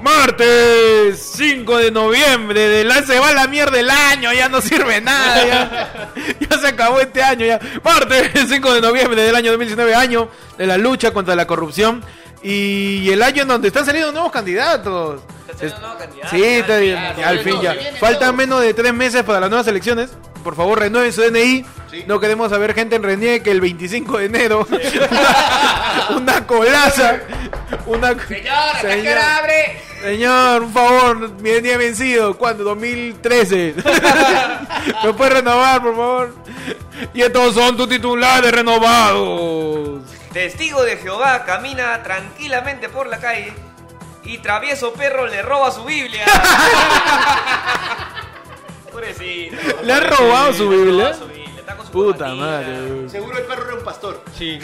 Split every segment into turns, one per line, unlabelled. Martes 5 de noviembre, de la, se va la mierda el año, ya no sirve nada, ya, ya se acabó este año, ya. Martes 5 de noviembre del año 2019, año de la lucha contra la corrupción y el año en donde están saliendo nuevos candidatos.
Está haciendo nueva cantidad.
Sí, está bien,
claro.
ya, al fin ya. Faltan menos de tres meses para las nuevas elecciones. Por favor, renueven su DNI. No queremos saber gente en Renieque el 25 de enero. una colaza. Una...
Señora, ¿hasta qué
Señor.
hora abre?
Señor, un favor, mi DNI ha vencido. ¿Cuándo? 2013. ¿Me puede renovar, por favor? Y estos son tus titulares renovados.
Testigo de Jehová camina tranquilamente por la calle y travieso perro le roba su Biblia. Pobrecito.
¿Le han robado su
Le han
Biblia?
robado su Biblia, está con su
Puta
combatida.
madre.
Seguro el perro era un pastor.
Sí.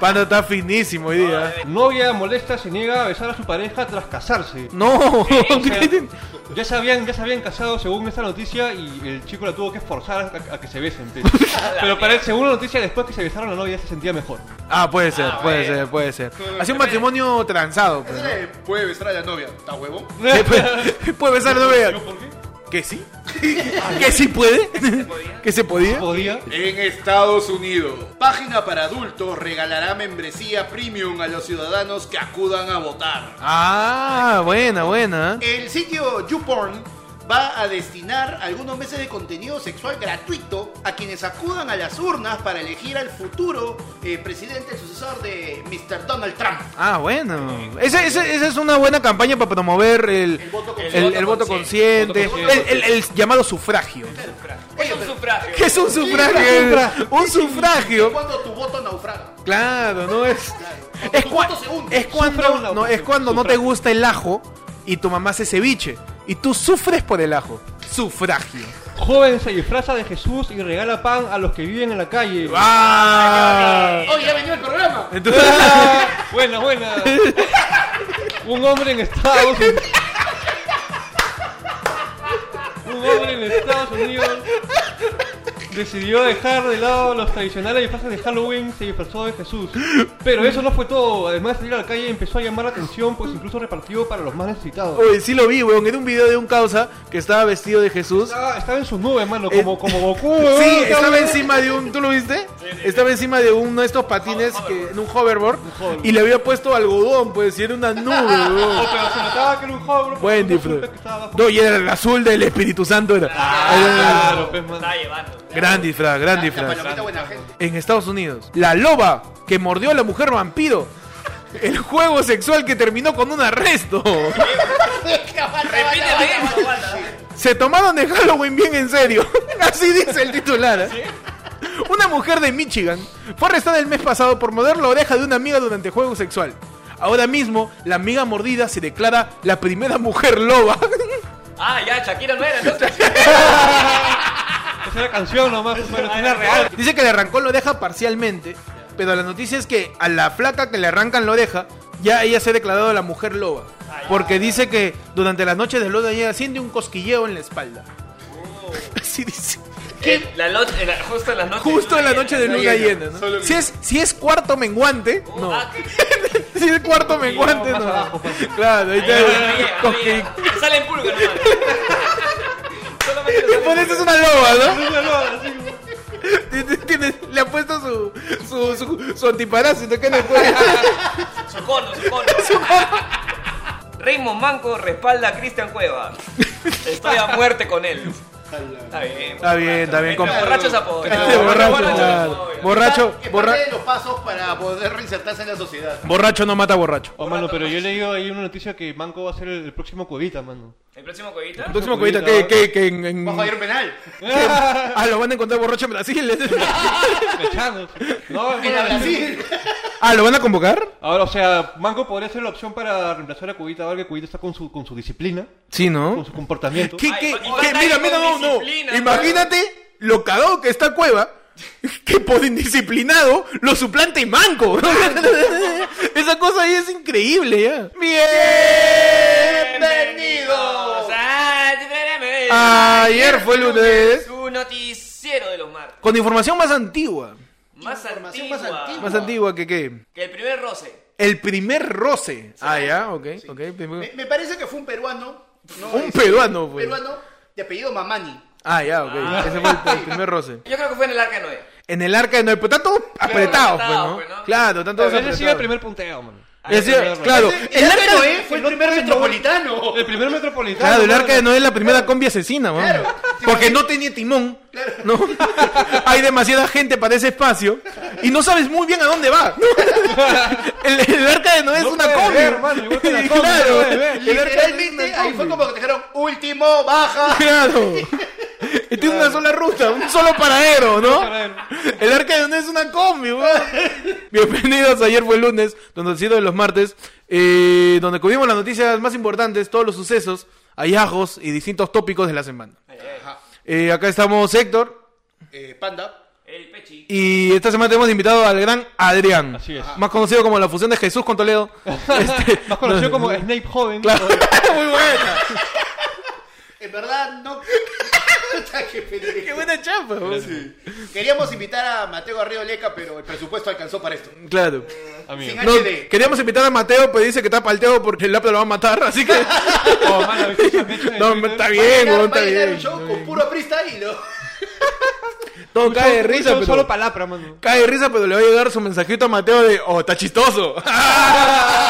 Panda está finísimo hoy día.
Novia molesta se niega a besar a su pareja tras casarse.
No,
O sea, ya se habían, ya se habían casado según esta noticia y el chico la tuvo que forzar a, a que se besen. pe. Pero para el, según la noticia, después que se besaron la novia se sentía mejor.
Ah, puede ser, puede ser, puede ser. Así un matrimonio transado. pues, ¿no?
Eh, Puede besar a la novia. ¿Está huevo?
Sí, puede- Puede besar no vea.
¿Yo por qué?
¿Que sí? ¿Que sí puede? ¿Que se podía?
Podía.
En Estados Unidos, página para adultos regalará membresía premium a los ciudadanos que acudan a votar.
Ah, buena, buena.
El sitio YouPorn va a destinar algunos meses de contenido sexual gratuito a quienes acudan a las urnas para elegir al futuro eh, presidente sucesor de Mr. Donald Trump.
Ah, bueno. Esa, esa- esa es una buena campaña para promover el,
El voto
el-
consciente.
el voto consciente,
El voto consciente.
el- el- el llamado sufragio.
Es un sufragio.
¿Qué es un sufragio? Un sufragio.
Cuando tu voto naufraga.
Claro, no es.
Cuando
Es,
tu
cua-
voto se hunde.
es
Sufra una
cuando, no, es
oposición,
cuando no
sufra.
te gusta el ajo y tu mamá hace ceviche. Y tú sufres por el ajo. Sufragio.
Joven se disfraza de Jesús y regala pan a los que viven en la calle.
¡Ah!
Hoy ya venía el programa.
Entonces,
Ah, Buena, buena. Un hombre en Estados Unidos. Un hombre en Estados Unidos decidió dejar de lado los tradicionales disfraces de Halloween, se disfrazó de Jesús. Pero eso no fue todo. Además de salir a la calle empezó a llamar la atención, pues incluso repartió para los más necesitados.
Uy, sí lo vi, weón. Era un video de un causa que estaba vestido de Jesús.
Estaba, estaba en sus nubes, mano,
Eh,
como, como Goku.
Sí, estaba
weón, Oh, cabrón.
encima de un. ¿Tú lo viste? Estaba encima de uno de estos patines
Ah,
que, en un hoverboard. Y le había puesto algodón, pues, y era una nube, weón.
Oh, pero se notaba que era un joven.
Buen
un
disfrute.
sujeto que estaba abajo. Ah,
No, y era el azul del Espíritu Santo. Era. Era-
Claro, pues, mano.
Está llevando.
Gran disfraz, gran
La
disfraz.
palomita buena gente.
En Estados Unidos, la loba que mordió a la mujer vampiro. El juego sexual que terminó con un arresto.
Repíteme eso, aguanta.
Se tomaron de Halloween bien en serio. Así dice el titular. ¿eh? Una mujer de Michigan fue arrestada el mes pasado por morder la oreja de una amiga durante juego sexual. Ahora mismo, la amiga mordida se declara la primera mujer loba.
Ah, ya, Shakira no era, entonces.
Esa era canción nomás, pero
Ah,
era
era
real.
Dice que le arrancó la oreja parcialmente, pero la noticia es que a la flaca que le arrancan la oreja, ya ella se ha declarado la mujer loba. Porque dice que durante las noches de loba ella siente un cosquilleo en la espalda. Así dice.
Eh, La noche, eh, la- justo en la noche.
Justo en la noche de luna llena, ¿no?
solo el-
Si es, si es cuarto menguante, no.
Ah, que-
Si es cuarto menguante,
más
no.
abajo, pues.
Claro, ahí
Ahí, ahí,
está.
ahí,
Cosqui-
ahí. Sale en pulga, nomás. Solamente sale
Y
en
por
pulga.
eso es una loba, ¿no?
Una loba, así como-
Tiene- tiene- le ha puesto su, su, su, su antiparásito que le puede.
Su cono, su cono. Raymond Manco respalda a Cristian Cueva. Estoy a muerte con él. Está bien.
Está bien, está bien.
Entre
compa-
borrachos apoya.
Este borracho, claro. borracho,
Es
borra-
parte de los pasos para poder reinsertarse en la sociedad.
borracho no mata borracho.
Oh, mano, pero yo he leído ahí una noticia que Manco va a ser el, el próximo Codita, mano.
El próximo codito.
El próximo codita que, que, que en, en-
Vamos a ir a un penal.
Ah, lo van a encontrar borracho en Brasil.
Mechando.
Mm.
No,
En la
mano,
Brasil.
ah, ¿lo van a convocar?
Ahora, o sea, Manco podría ser la opción para reemplazar a Codita ahora que Codita está con su, con su disciplina,
Sí, ¿no?
con su comportamiento.
¿Qué,
Ay,
qué-
y
qué-
falta
mira,
ahí
mira,
con
no, no.
disciplina,
Imagínate lo cagado que está Cueva, que por indisciplinado lo suplante Manco. Esa cosa ahí es increíble, ya.
Bienvenidos a TVM.
Ayer fue lunes.
Su noticiero de los martes.
Con información más antigua.
Más
Información
antigua,
más antigua.
Más antigua que qué.
que el primer roce.
el primer roce. Ah, ya, ok,
Sí.
ok.
Me, me parece que fue un peruano. ¿no?
Un
Este,
peruano, pues.
peruano de apellido Mamani.
Ah, ya, ok. Ese fue el, el primer roce.
Yo creo que fue en el arca de Noé.
En el arca de Noé, pero están todos apretados, pues,
apretado,
¿no?
pues, ¿no?
Claro, están todos
Ese ha sido el
apretados.
primer punteo, mano.
Ese- claro,
El arca de Noé fue
el
el primer
otro-
metropolitano.
El primer metropolitano.
Claro, el
mano.
arca de Noé es la primera combi asesina, weón.
Claro.
Porque no tenía timón. ¿no? Hay demasiada gente para ese espacio y no sabes muy bien a dónde va. El, el arca de Noé es
No
una
puedes
combi.
ver, hermano, igual que la combi,
claro,
no puedes
el arca
ver.
de Noé
Literalmente ahí fue como que te dijeron último, baja.
Claro. Y tiene una sola ruta, un solo paradero, ¿no?
paradero.
El arca de Noé es una combi, weón. Bienvenidos, ayer fue el lunes, donde ha sido de los martes, eh, donde cubrimos las noticias más importantes, todos los sucesos, hallazgos y distintos tópicos de la semana.
Ajá.
Eh, acá estamos Héctor
Eh, panda.
El Pechi.
y esta semana tenemos invitado al gran Adrián,
Así es.
más conocido como la fusión de Jesús con Toledo. Este,
Más conocido
no,
como Snape Joven.
Claro. Muy buena.
En verdad, no. Puta, qué pendejo.
Qué buena chapa. weón.
Queríamos invitar a Mateo Garrido Leca, pero el presupuesto alcanzó para esto.
Claro.
Amigo.
Sin
No,
HD.
queríamos invitar a Mateo, pero dice que está palteado porque el laptop lo va a matar, así que...
Oh, mano, ¿viste esa mecha de
No,
Twitter?
está
Va a
bien,
llegar-
weón,
va a
está
llegar
bien.
un show con puro freestyle y lo...
Todo
Un
cae de
show- un
risa,
show
pero...
Solo palabra, mano.
Cae de risa, pero le va a llegar su mensajito a Mateo de... ¡Oh, está chistoso!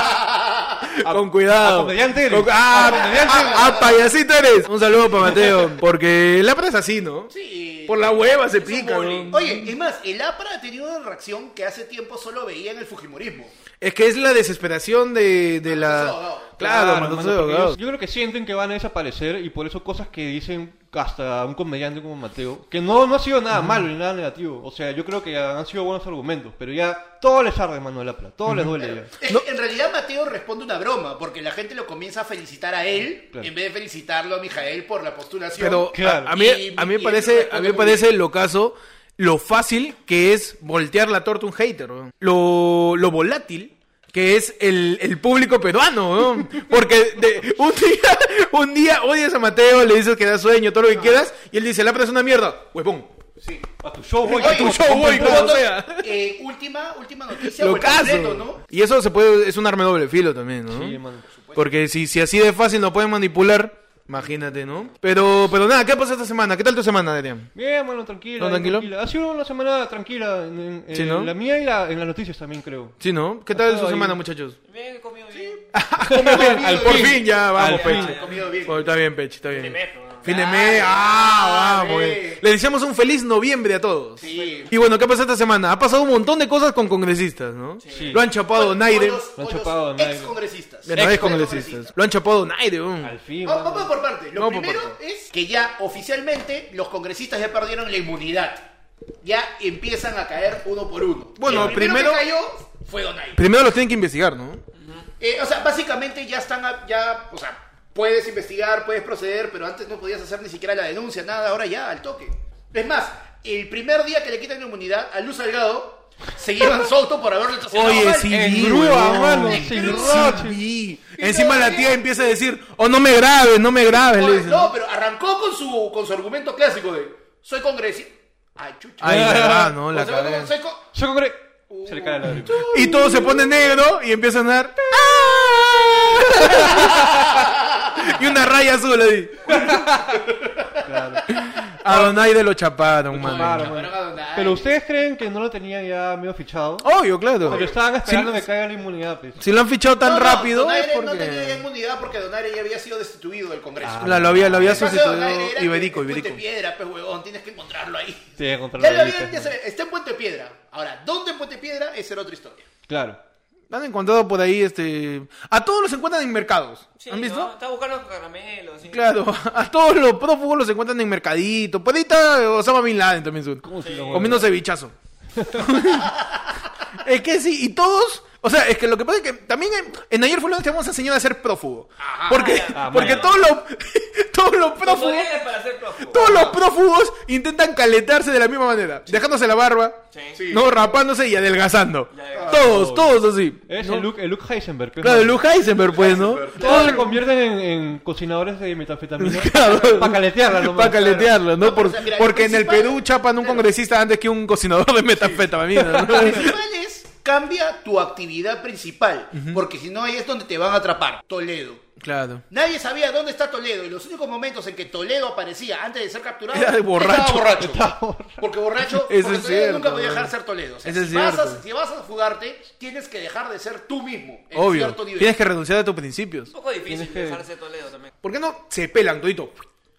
Con cuidado.
a comediante eres.
Con- ah,
A comediante
ah, ah, payasito eres. Un saludo para Mateo. Porque el lapra es así, ¿no?
Sí.
Por la hueva se pica,
bullying.
¿no?
Oye, es más, el APRA ha tenido una reacción que hace tiempo solo veía en el Fujimorismo.
Es que es la desesperación de, de la...
Claro,
Claro,
mano,
mano,
porque
soy
ellos-
abogado.
yo, creo que sienten que van a desaparecer y por eso cosas que dicen hasta un comediante como Mateo, que no, no ha sido nada malo ni nada negativo. O sea, yo creo que han sido buenos argumentos, pero ya todo les arde, mano, el Lapra. Todo les duele ya.
Es que En realidad Mateo responde una broma, porque la gente lo comienza a felicitar a él
Claro.
en vez de felicitarlo a Mijael por la postulación.
Mm, Pero
Claro.
a, a mí,
Y-
a mí me
y él
parece,
responde
a mí me
muy
parece lo caso, lo fácil que es voltear la torta a un hater, weón. lo, lo volátil que es el, el público peruano, weón. porque de- un día, un día odias a Mateo, le dices que da sueño, todo lo que quieras, y él dice, la es una mierda, huevón.
Sí.
A tu show voy.
tu show voy,
pero
como
no-
sea.
eh, última, última noticia.
Lo
por completo,
caso.
¿no?
Y eso se puede, es un arma de doble filo también, ¿no?
Sí, mano.
Porque si, si así de fácil lo pueden manipular, imagínate, ¿no? Pero, pero nada, ¿qué pasó esta semana? ¿Qué tal tu semana, Adrián?
Bien, mano, tranquila.
¿No, tranquilo?
tranquila. Ha sido una semana tranquila en, en- en
Sí, ¿no?
la mía y la- en las noticias también, creo.
Sí, ¿no? ¿Qué tal su
Ay.
semana, muchachos?
Bien, he comido bien.
Al por fin ya, vamos,
Al fin.
Peche.
Comido bien.
Bueno, está bien, Peche, está bien.
de mes, ¿no?
Fin de mes, ah, vamos. eh. Le deseamos un feliz noviembre a todos.
Sí.
Y bueno, ¿qué pasó esta semana? Ha pasado un montón de cosas con congresistas, ¿no?
Sí.
Lo han chapado Naire.
Los, o
Lo han
los
chapado Naire.
excongresistas.
Bueno, es
Excongresistas.
congresistas. Lo han chapado Naire, um.
Al fin,
Vamos,
mano.
vamos por parte. Lo
Vamos por
primero es que ya oficialmente los congresistas ya perdieron la inmunidad. Ya empiezan a caer uno por uno.
Bueno,
el primero,
primero-
que cayó fue Donaire.
Primero los tienen que investigar, ¿no?
Eh, o sea, básicamente ya están, a- ya, o sea, puedes investigar, puedes proceder, pero antes no podías hacer ni siquiera la denuncia, nada, ahora ya, al toque. Es más, el primer día que le quitan la inmunidad a Luz Salgado, se llevan solto por haberlo estacionado
Oye,
mal.
sí,
pues, en
vi,
grúa,
weón.
mano,
En
sin
grúa,
roche.
sí vi. Encima la tía empieza a decir, oh, no me grabes, no me grabes. le
Oye,
dice.
no, pero arrancó con su, con su argumento clásico de, soy congresista. Ay, chucha.
Ay, verdad, no, la
O sea,
cagué.
soy co-
Yo compré.
Oh.
Se le cae la lágrima.
Y todo se pone negro y empieza a andar.
¡Ah!
y una raya azul ahí. A Donaire lo chaparon,
Lo
mano.
chaparon.
Ay,
mano.
cabrón, a Donaire.
Pero ustedes creen que no lo tenían ya medio fichado.
Obvio, claro.
Pero estaban esperando
Si-
que caiga la inmunidad, pues.
Si lo han fichado tan
No, no,
rápido es
Donaire no tenía ya
porque...
inmunidad porque Donaire ya había sido destituido del Congreso.
La, lo había, lo había
El caso de
sustituido
Donaire era que
Iberico,
en Puente
Iberico.
piedra, pues huevón, tienes que encontrarlo ahí.
Tiene que encontrar
Ya
la
lo
lista,
habían, ya
¿no?
se- está en Puente Piedra. Ahora, ¿dónde en Puente Piedra? Esa era otra historia.
Claro.
Han encontrado por ahí, este... A todos los encuentran en mercados.
Sí,
¿Han
¿no?
visto?
Estaba buscando caramelos. sí.
Claro, a todos los prófugos los encuentran en mercadito. Por ahí está Osama Bin Laden también. Su...
¿Cómo se llama?
Comiendo cevichazo. es que sí, y todos. O sea, es que lo que pasa es que también en, en ayer fue lo que tenemos a señora a ser prófugo. Porque,
Ah,
porque
bueno.
todos los todos los prófugos,
Tutoriales para ser prófugo.
todos los prófugos intentan calentarse de la misma manera, dejándose la barba,
Sí.
Sí.
no rapándose y adelgazando.
Ya,
Todos, todos así.
Es
¿no?
el, Luke, el Luke Heisenberg. pues,
Claro,
mano.
Luke Heisenberg, pues, ¿no?
Todos se convierten en, en cocinadores de metanfetamina.
Claro.
Para caletearla, nomás.
Para caletearla, ¿no?
No, pero,
Por-
o sea, mira, el
porque en el
principal-
Perú chapan un congresista antes que un cocinador de metanfetamina. ¿no?
Lo principal es Cambia tu actividad principal, porque si no ahí es donde te van a atrapar. Toledo.
Claro.
Nadie sabía dónde está Toledo y los únicos momentos en que Toledo aparecía antes de ser capturado
Era de borracho.
estaba borracho. Porque borracho,
Eso
porque
es
Toledo
cierto,
nunca podía
¿no?
dejar ser Toledo. O sea,
Eso es
si, vas a,
cierto.
si vas a fugarte, tienes que dejar de ser tú mismo. En
Obvio.
cierto nivel.
Tienes que renunciar a tus principios.
Un poco difícil
Tienes que-
dejarse Toledo también.
¿Por qué no se pelan todito?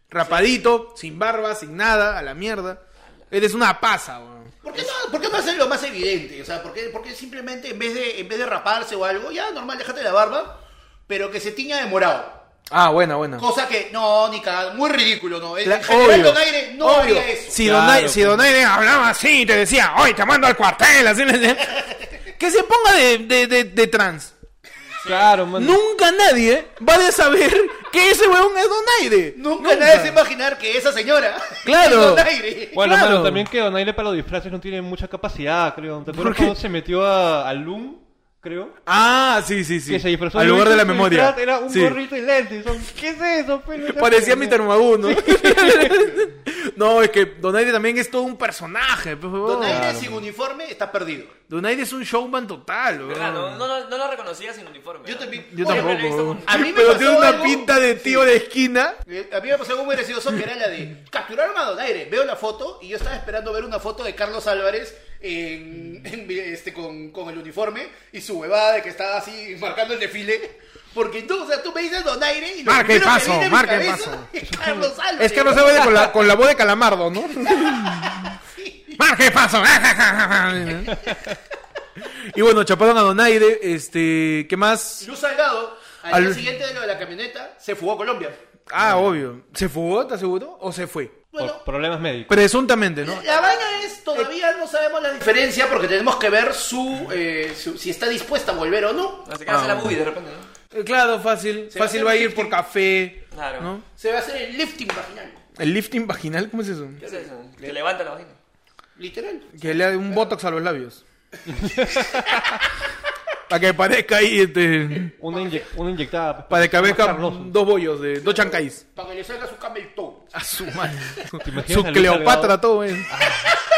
Rapadito, sin barba, sin nada, a la mierda. Eres una pasa, weón.
¿Por qué, no, por qué no hacen lo más evidente? O sea, ¿por qué, por qué simplemente en vez, de, en vez de raparse o algo, ya normal, déjate la barba, pero que se tiña de morado?
Ah, buena, buena.
Cosa que, no, ni cagado, muy ridículo, ¿no? En
Cla-
general,
obvio,
Donaire no
obvio.
haría eso.
Si,
Claro,
Donaire,
pues.
si Donaire hablaba así, te decía, hoy te mando al cuartel, así le decía. Que se ponga de, de- de- de trans.
Claro, mano.
Nunca nadie va a saber que ese weón es Donaire.
Nunca, nadie se va a imaginar que esa señora
Claro.
es Donaire.
Bueno,
Claro.
mano, también que Donaire para los disfraces no tiene mucha capacidad, creo.
¿Por
¿Te acuerdas
qué?
cuando se metió a, a Loom, creo?
Ah, sí, sí, sí.
Que se disfrazó
Al
Loom
lugar
y
de la
su
memoria.
disfraz Era un
Sí.
gorrito y lentes. son, ¿Qué es eso, pues? pelo?
Parecía mi Magu, ¿no? no, es que Donaire también es todo un personaje. pues, weón.
Donaire sin uniforme está perdido.
Donaire es un showman total, weón.
¿Verdad? No, no, no, no lo reconocía sin uniforme.
Yo
¿verdad?
también.
Yo
Oye,
tampoco.
lo he visto
weón.
con-
A mí me
Pero
pasó
tiene una
algo-
pinta de tío de esquina.
Eh, A mí me pasó algo muy gracioso que era la de capturaron a Donaire. Veo la foto y yo estaba esperando ver una foto de Carlos Álvarez en- en- este, con, con el uniforme y su huevada de que estaba así marcando el desfile. Porque tú, o sea, tú me dices Donaire y lo
Marca el
primero que
paso,
viene a mi
marca el
cabeza
paso.
Es Carlos Álvarez.
Es que no se ve con la, con la voz de Calamardo, ¿no? Marque paso. y bueno, chaparon a Donaire. Este, ¿qué más?
Luz Salgado, al,
Al-
día siguiente de lo de la camioneta, se fugó a Colombia.
Ah, obvio. ¿Se fugó, te aseguro? ¿O se fue?
Bueno,
Por problemas médicos.
Presuntamente, ¿no?
La vaina es, todavía no sabemos la diferencia porque tenemos que ver su, eh, su- si está dispuesta a volver o no.
Así que hace
Ah.
la movie de repente, ¿no?
Eh, Claro, fácil.
Se va
fácil
a
va a
hacer
ir por café.
Claro.
¿no?
Se va a hacer el lifting vaginal.
¿El lifting vaginal? ¿Cómo es eso?
¿Qué es eso? Que levanta la vagina.
Literal.
Que le haga un botox a los labios. para que parezca ahí, este.
Una, inyec- una inyectada. pues,
Para mm, que
Más
parezca
carnoso.
dos bollos de. Dos chancáis.
Para que le salga su camel toe.
A su madre.
¿Te imaginas
Su
a Luis
Cleopatra,
Salgado?
todo, eh.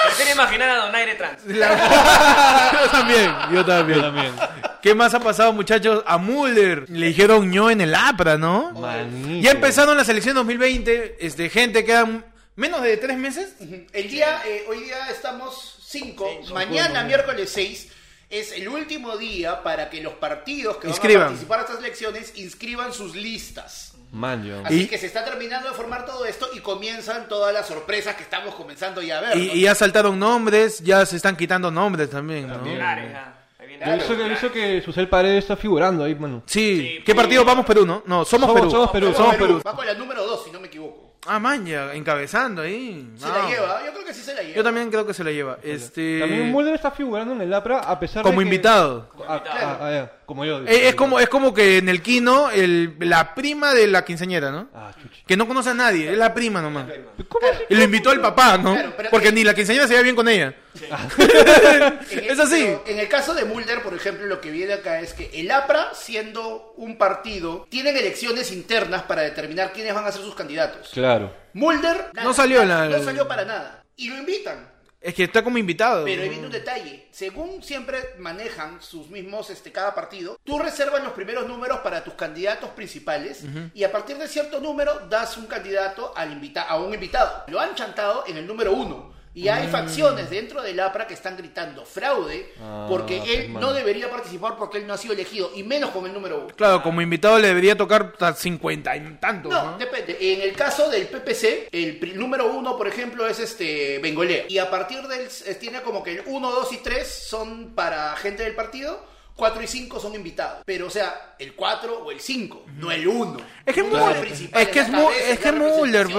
Prefiero imaginar a Donaire trans.
yo también, yo
Yo
también.
también.
¿Qué más ha pasado, muchachos? A Mulder le dijeron ño en el APRA, ¿no?
Manito.
Ya empezaron las elecciones 2020. Este, gente, quedan menos de tres meses.
El día, eh, hoy día estamos 5, mañana miércoles 6 es el último día para que los partidos que
Inscriban.
van a participar a estas elecciones inscriban sus listas.
Man, yo.
Así
Y-
que se está terminando de formar todo esto y comienzan todas las sorpresas que estamos comenzando ya a ver.
Y,
¿no?
y ya saltaron nombres, ya se están quitando nombres también, ¿no?
Claro, ya. Ahí viene.
Yo he visto que, he visto que Susel Paredes está figurando ahí, mano.
Sí.
Sí,
¿Qué
pues.
partido vamos Perú, no? No, somos,
Somos-
Perú.
somos Perú,
somos,
somos
Perú.
Va con la número 2, si no me equivoco.
Ah, maña, encabezando ahí.
Se
Ah.
la lleva, yo creo que sí se la lleva.
Yo también creo que se la lleva. Este
También Mulder está figurando en el APRA a pesar de
como
que-
invitado.
Ah, ah, ah, ya, como yo.
Eh, Es, como, es como que en el Kino, el- la prima de la quinceañera, ¿no?
Ah, chucha.
Que no conoce a nadie, es la prima nomás.
¿Cómo así?
Y lo invitó el papá, ¿no?
Claro, pero-
Porque ni la quinceañera se veía bien con ella.
En el-
es así.
pero En el caso de Mulder, por ejemplo, lo que viene acá es que el APRA, siendo un partido, tienen elecciones internas para determinar quiénes van a ser sus candidatos.
Claro.
Mulder nada,
No salió
nada,
la-
no salió para nada. Y lo invitan.
Es que está como invitado.
Pero ahí
¿no?
viene un detalle. Según siempre manejan sus mismos, este, cada partido, tú reservas los primeros números para tus candidatos principales y a partir de cierto número das un candidato al invita a un invitado. Lo han chantado en el número uno. Y hay facciones dentro del APRA que están gritando fraude
Ah,
porque él
pues,
no
mano.
debería participar porque él no ha sido elegido y menos con el número uno.
Claro, como invitado le debería tocar hasta 50 y tantos,
No,
¿no?
depende. En el caso del PPC, el pri- número uno, por ejemplo, es este Bengolea. Y a partir del. eh, Tiene como que el 1, 2 y 3 son para gente del partido. 4 y 5 son invitados. Pero, o sea, el 4 o el 5, no el 1.
Es que es
Uno el
Muller,
principal
es que
en
es,
la
Mu-
cabeza,
es
la
que es Muller,
representación.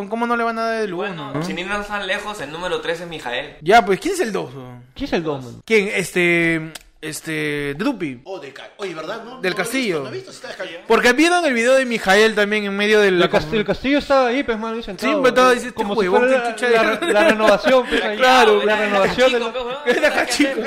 bro. ¿Cómo no le van a dar el uno?
Bueno,
no?
sin irnos tan lejos, el número 3 es Mijael.
Ya, pues, ¿quién es el dos? bro?
¿Qué es el 2, mano?
¿Quién? Este, este, Drupi.
Oh, del ca- Oye, ¿verdad? No,
Del
no lo he
Castillo.
visto, no he visto si está descargado.
Porque vieron el video de Mijael también en medio de la...
El, cast- el castillo estaba ahí, pues, mano, ahí sentado.
Sí, pues, estaba
¿no?
diciendo,
como
este
si
huevón,
fuera
qué chucha
la,
era.
la- la renovación. pues, ahí.
Claro,
la renovación. de la-
pues,
Era cachico.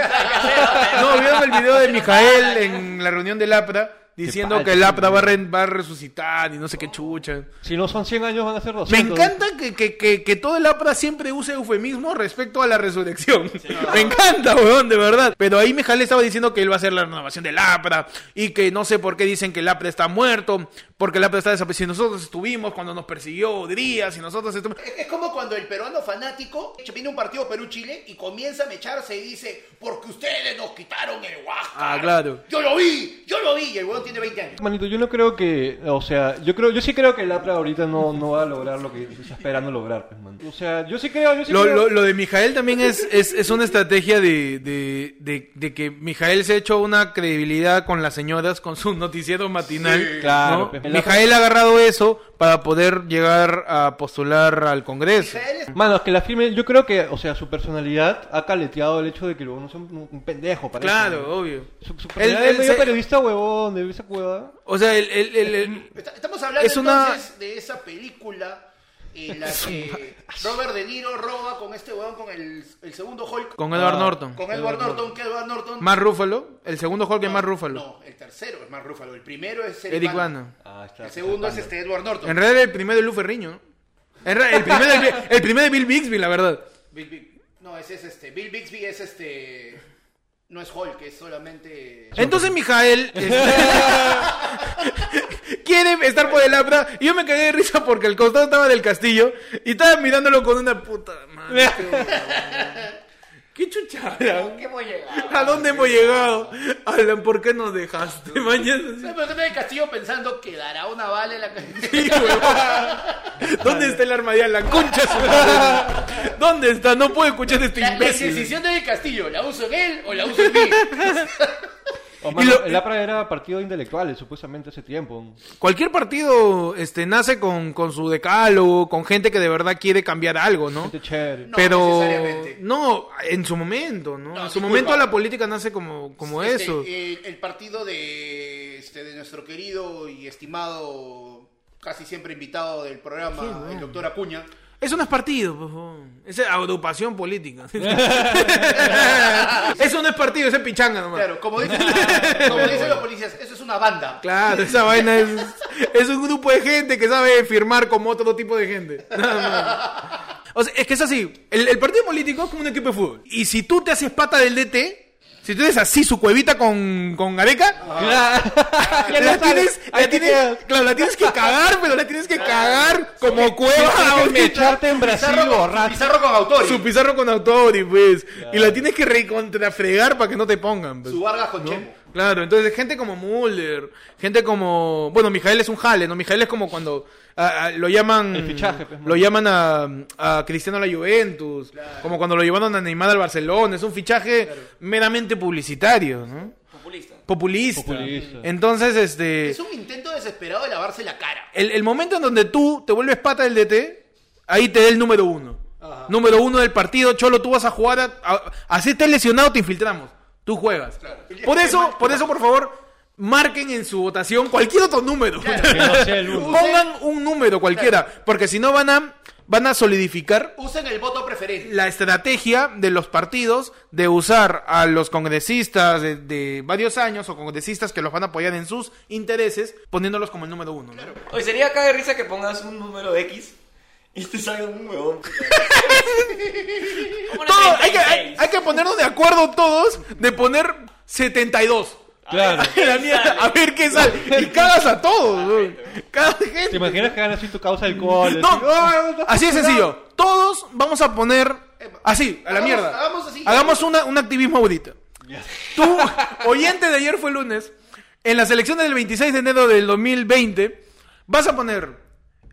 No, vieron el video de Mijael en la reunión del APRA diciendo
Qué
que el Lapra va a, re- va a resucitar y no sé qué chucha.
Si no son 100 años, van a ser
Me
200.
encanta que, que, que, que todo el APRA siempre use eufemismo respecto a la resurrección. Me encanta, weón, de verdad. Pero ahí Mejal estaba diciendo que él va a hacer la renovación del APRA y que no sé por qué dicen que el APRA está muerto, porque el APRA está desaparecido. Si nosotros estuvimos cuando nos persiguió Díaz y nosotros estuvimos...
Es es como cuando el peruano fanático viene un partido Perú-Chile y comienza a mecharse y dice, porque ustedes nos quitaron el Huáscar.
Ah, claro.
Yo lo vi, yo lo vi. Y el huevón tiene 20 años.
Manito, yo no creo que, o sea, yo creo, yo sí creo que el APRA ahorita no, no va a lograr lo que se está esperando lograr, pues, man. O sea, yo sí creo, yo sí
Lo,
creo.
lo- lo de Mijael también es, es, es una estrategia de, de, de- de que Mijael se ha hecho una credibilidad con las señoras con su noticiero matinal.
Sí.
Claro,
¿no?
pues.
Mijael ha agarrado eso para poder llegar a postular al Congreso.
Israel es-
Mano, es que la firme, yo creo que, o sea, su personalidad ha caleteado el hecho de que luego no es un, un pendejo, parece.
Claro,
¿no?
obvio.
Su, su
Él-
personalidad
él
de medio
se-
periodista huevón, de esa cueva.
O sea, el, el- el- el-
Está- Estamos hablando
Es una-
entonces de esa película en la que Robert De Niro roba con este huevón, con el, el segundo Hulk, con,
con Edward
Ah,
Norton.
Edward Norton, que Edward Norton...
Más Rúfalo. El segundo Hulk es
No,
más Rúfalo.
No, el tercero es más Rúfalo. El primero es Eric
Eric
Bana.
Bana.
Ah, está.
El segundo es este Edward Norton.
En realidad el primero es Lu Ferriño. ¿no? En realidad, el, primero, el, el primero es Bill Bixby, la verdad.
Bill Big- No, ese es este. Bill Bixby es este. No es Hulk, es solamente.
Entonces Mijael este, quiere estar por el APRA y yo me cagué de risa porque el costado estaba del castillo y estaba mirándolo con una puta madre. este hombre, weón. ¿Qué chuchada?
¿Qué voy a llegar?
¿A dónde hemos llegado? Alan, ¿por qué nos dejaste?
O
Mañana
sea, pero también el Castillo pensando que dará una bala en la cabeza.
sí, weón. ¿Dónde está el armadilla? La concha de su madre. ¿Dónde está? No puedo escuchar a este
La, la
imbécil.
decisión del Castillo, ¿la uso en él o la uso en mí?
O, mano,
lo-
El APRA era partido de intelectuales, supuestamente, hace tiempo.
Cualquier partido este, nace con, con su decálogo, con gente que de verdad quiere cambiar algo, ¿no?
Gente chévere.
No
pero
necesariamente.
no en su momento no,
No,
en su
disculpa.
momento la política nace como como
Este,
eso
El, el partido de, este, de nuestro querido y estimado, casi siempre invitado del programa, el doctor Acuña.
eso no es partido pues, oh. esa es agrupación política eso no es partido eso es pichanga nomás claro,
Claro, como dicen, como dicen los policías, eso es una banda.
esa vaina es es un grupo de gente que sabe firmar como otro tipo de gente Nada más. o sea es que es así el, el partido político es como un equipo de fútbol y si tú te haces pata del DT si tú eres así su cuevita con, con Gareca,
Ya
la
lo sabes,
tienes,
ahí
la
te
tienes,
quedas.
claro, la tienes que cagar, pero la tienes que cagar como cueva.
Tienes que
ahorita.
echarte en Brasil
Pizarro, con,
borracho.
Pizarro con Autori.
Su
Su,
pizarro con Autori, pues. Y la tienes que recontrafregar para que no te pongan, pues.
Vargas con
¿no?
Chemo.
Claro, entonces gente como Mulder, gente como... Bueno, Mijael es un jale, ¿no? Mijael es como cuando ah, ah, lo llaman...
El fichaje, pues,
lo llaman a, a Cristiano a la Juventus, como cuando lo llevaron a Neymar al Barcelona. Es un fichaje meramente publicitario, ¿no?
Populista.
Populista.
Populista.
Entonces, este...
Es un intento desesperado de lavarse la cara.
El, el momento en donde tú te vuelves pata del DT, ahí te da el número uno.
Ajá.
Número uno del partido, Cholo, tú vas a jugar, a- a- así estés lesionado, te infiltramos. Tú juegas.
Claro.
Por eso, por eso, por favor, marquen en su votación cualquier otro número.
Que no sea el uno.
Pongan un número cualquiera, porque si no van a, van a solidificar
Usen el voto preferente.
la estrategia de los partidos de usar a los congresistas de, de varios años o congresistas que los van a apoyar en sus intereses, poniéndolos como el número uno. ¿no?
Oye, sería caga de risa que pongas un número X y te salga un huevón. Como una
Todo- hay, que,
36.
hay- hay que ponernos de acuerdo todos de poner 72.
Claro.
La mierda, a ver qué sale. Y cagas a todos. weón. Cada
¿Te
gente.
imaginas que ganas así tu causa del alcohol?
No,
así, "Ah, no,
así de sencillo. Todos vamos a poner así, a la
Hagamos-
mierda.
hagamos así.
Hagamos una- un activismo ahorita. Tú, oyente de ayer fue lunes, en las elecciones del 26 de enero del 2020, vas a poner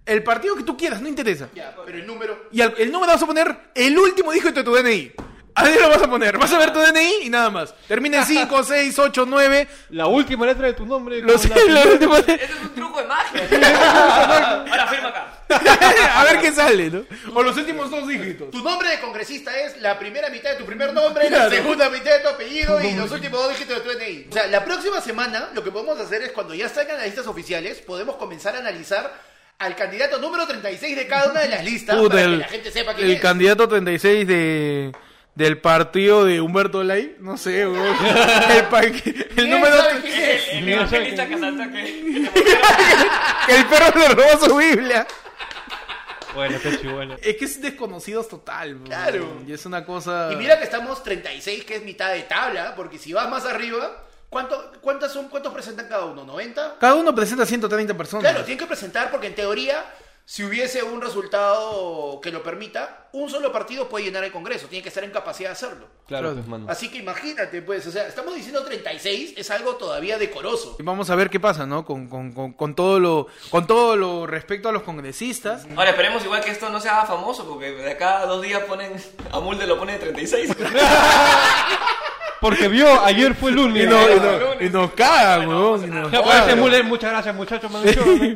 el partido que tú quieras, no interesa.
Ya, pero el número.
Y al- el número vas a poner el último dígito de tu DNI. Ahí lo vas a poner. Vas a ver tu DNI y nada más. Termina en 5, 6, 8, 9.
La última letra de tu nombre.
Los,
con la primera.
los últimos de-
Eso es un truco de magia. Ahora firma acá.
a ver qué sale, ¿no? O los últimos dos dígitos.
Tu nombre de congresista es la primera mitad de tu primer nombre,
Claro.
la segunda mitad de tu apellido y los últimos dos dígitos de tu DNI. O sea, la próxima semana lo que podemos hacer es cuando ya salgan las listas oficiales, podemos comenzar a analizar al candidato número 36 de cada una de las listas
Puta,
para que
el,
la gente sepa quién
el
es.
candidato 36 de, del partido de Humberto Ley. No sé, weón. El, pa- el número.
sabe quién es?
El
No,
evangelista
sabe
que salta que.
Que el perro le robó su Biblia.
Bueno, Pechi, bueno.
Es que es desconocidos total, weón.
Claro.
Y es una cosa.
Y mira que estamos 36, que es mitad de tabla, porque si vas más arriba, ¿cuánto, cuántas son, ¿cuántos presentan cada uno? ¿90?
Cada uno presenta 130 personas.
Claro, tienen que presentar porque en teoría, si hubiese un resultado que lo permita, un solo partido puede llenar el Congreso, tiene que estar en capacidad de hacerlo.
Claro, pues, mano.
Así que imagínate, pues, o sea, estamos diciendo 36, es algo todavía decoroso.
Y Vamos a ver qué pasa, ¿no? Con, con- con- con todo lo con todo lo respecto a los congresistas.
Ahora esperemos igual que esto no sea famoso porque de acá a dos días ponen. A Mulder lo pone de 36.
Porque vio, ayer fue
Y,
lunes.
no, y, no- y nos cagan, weón. y nos
Ya, pues, ese Müller, muchas gracias, muchachos. man.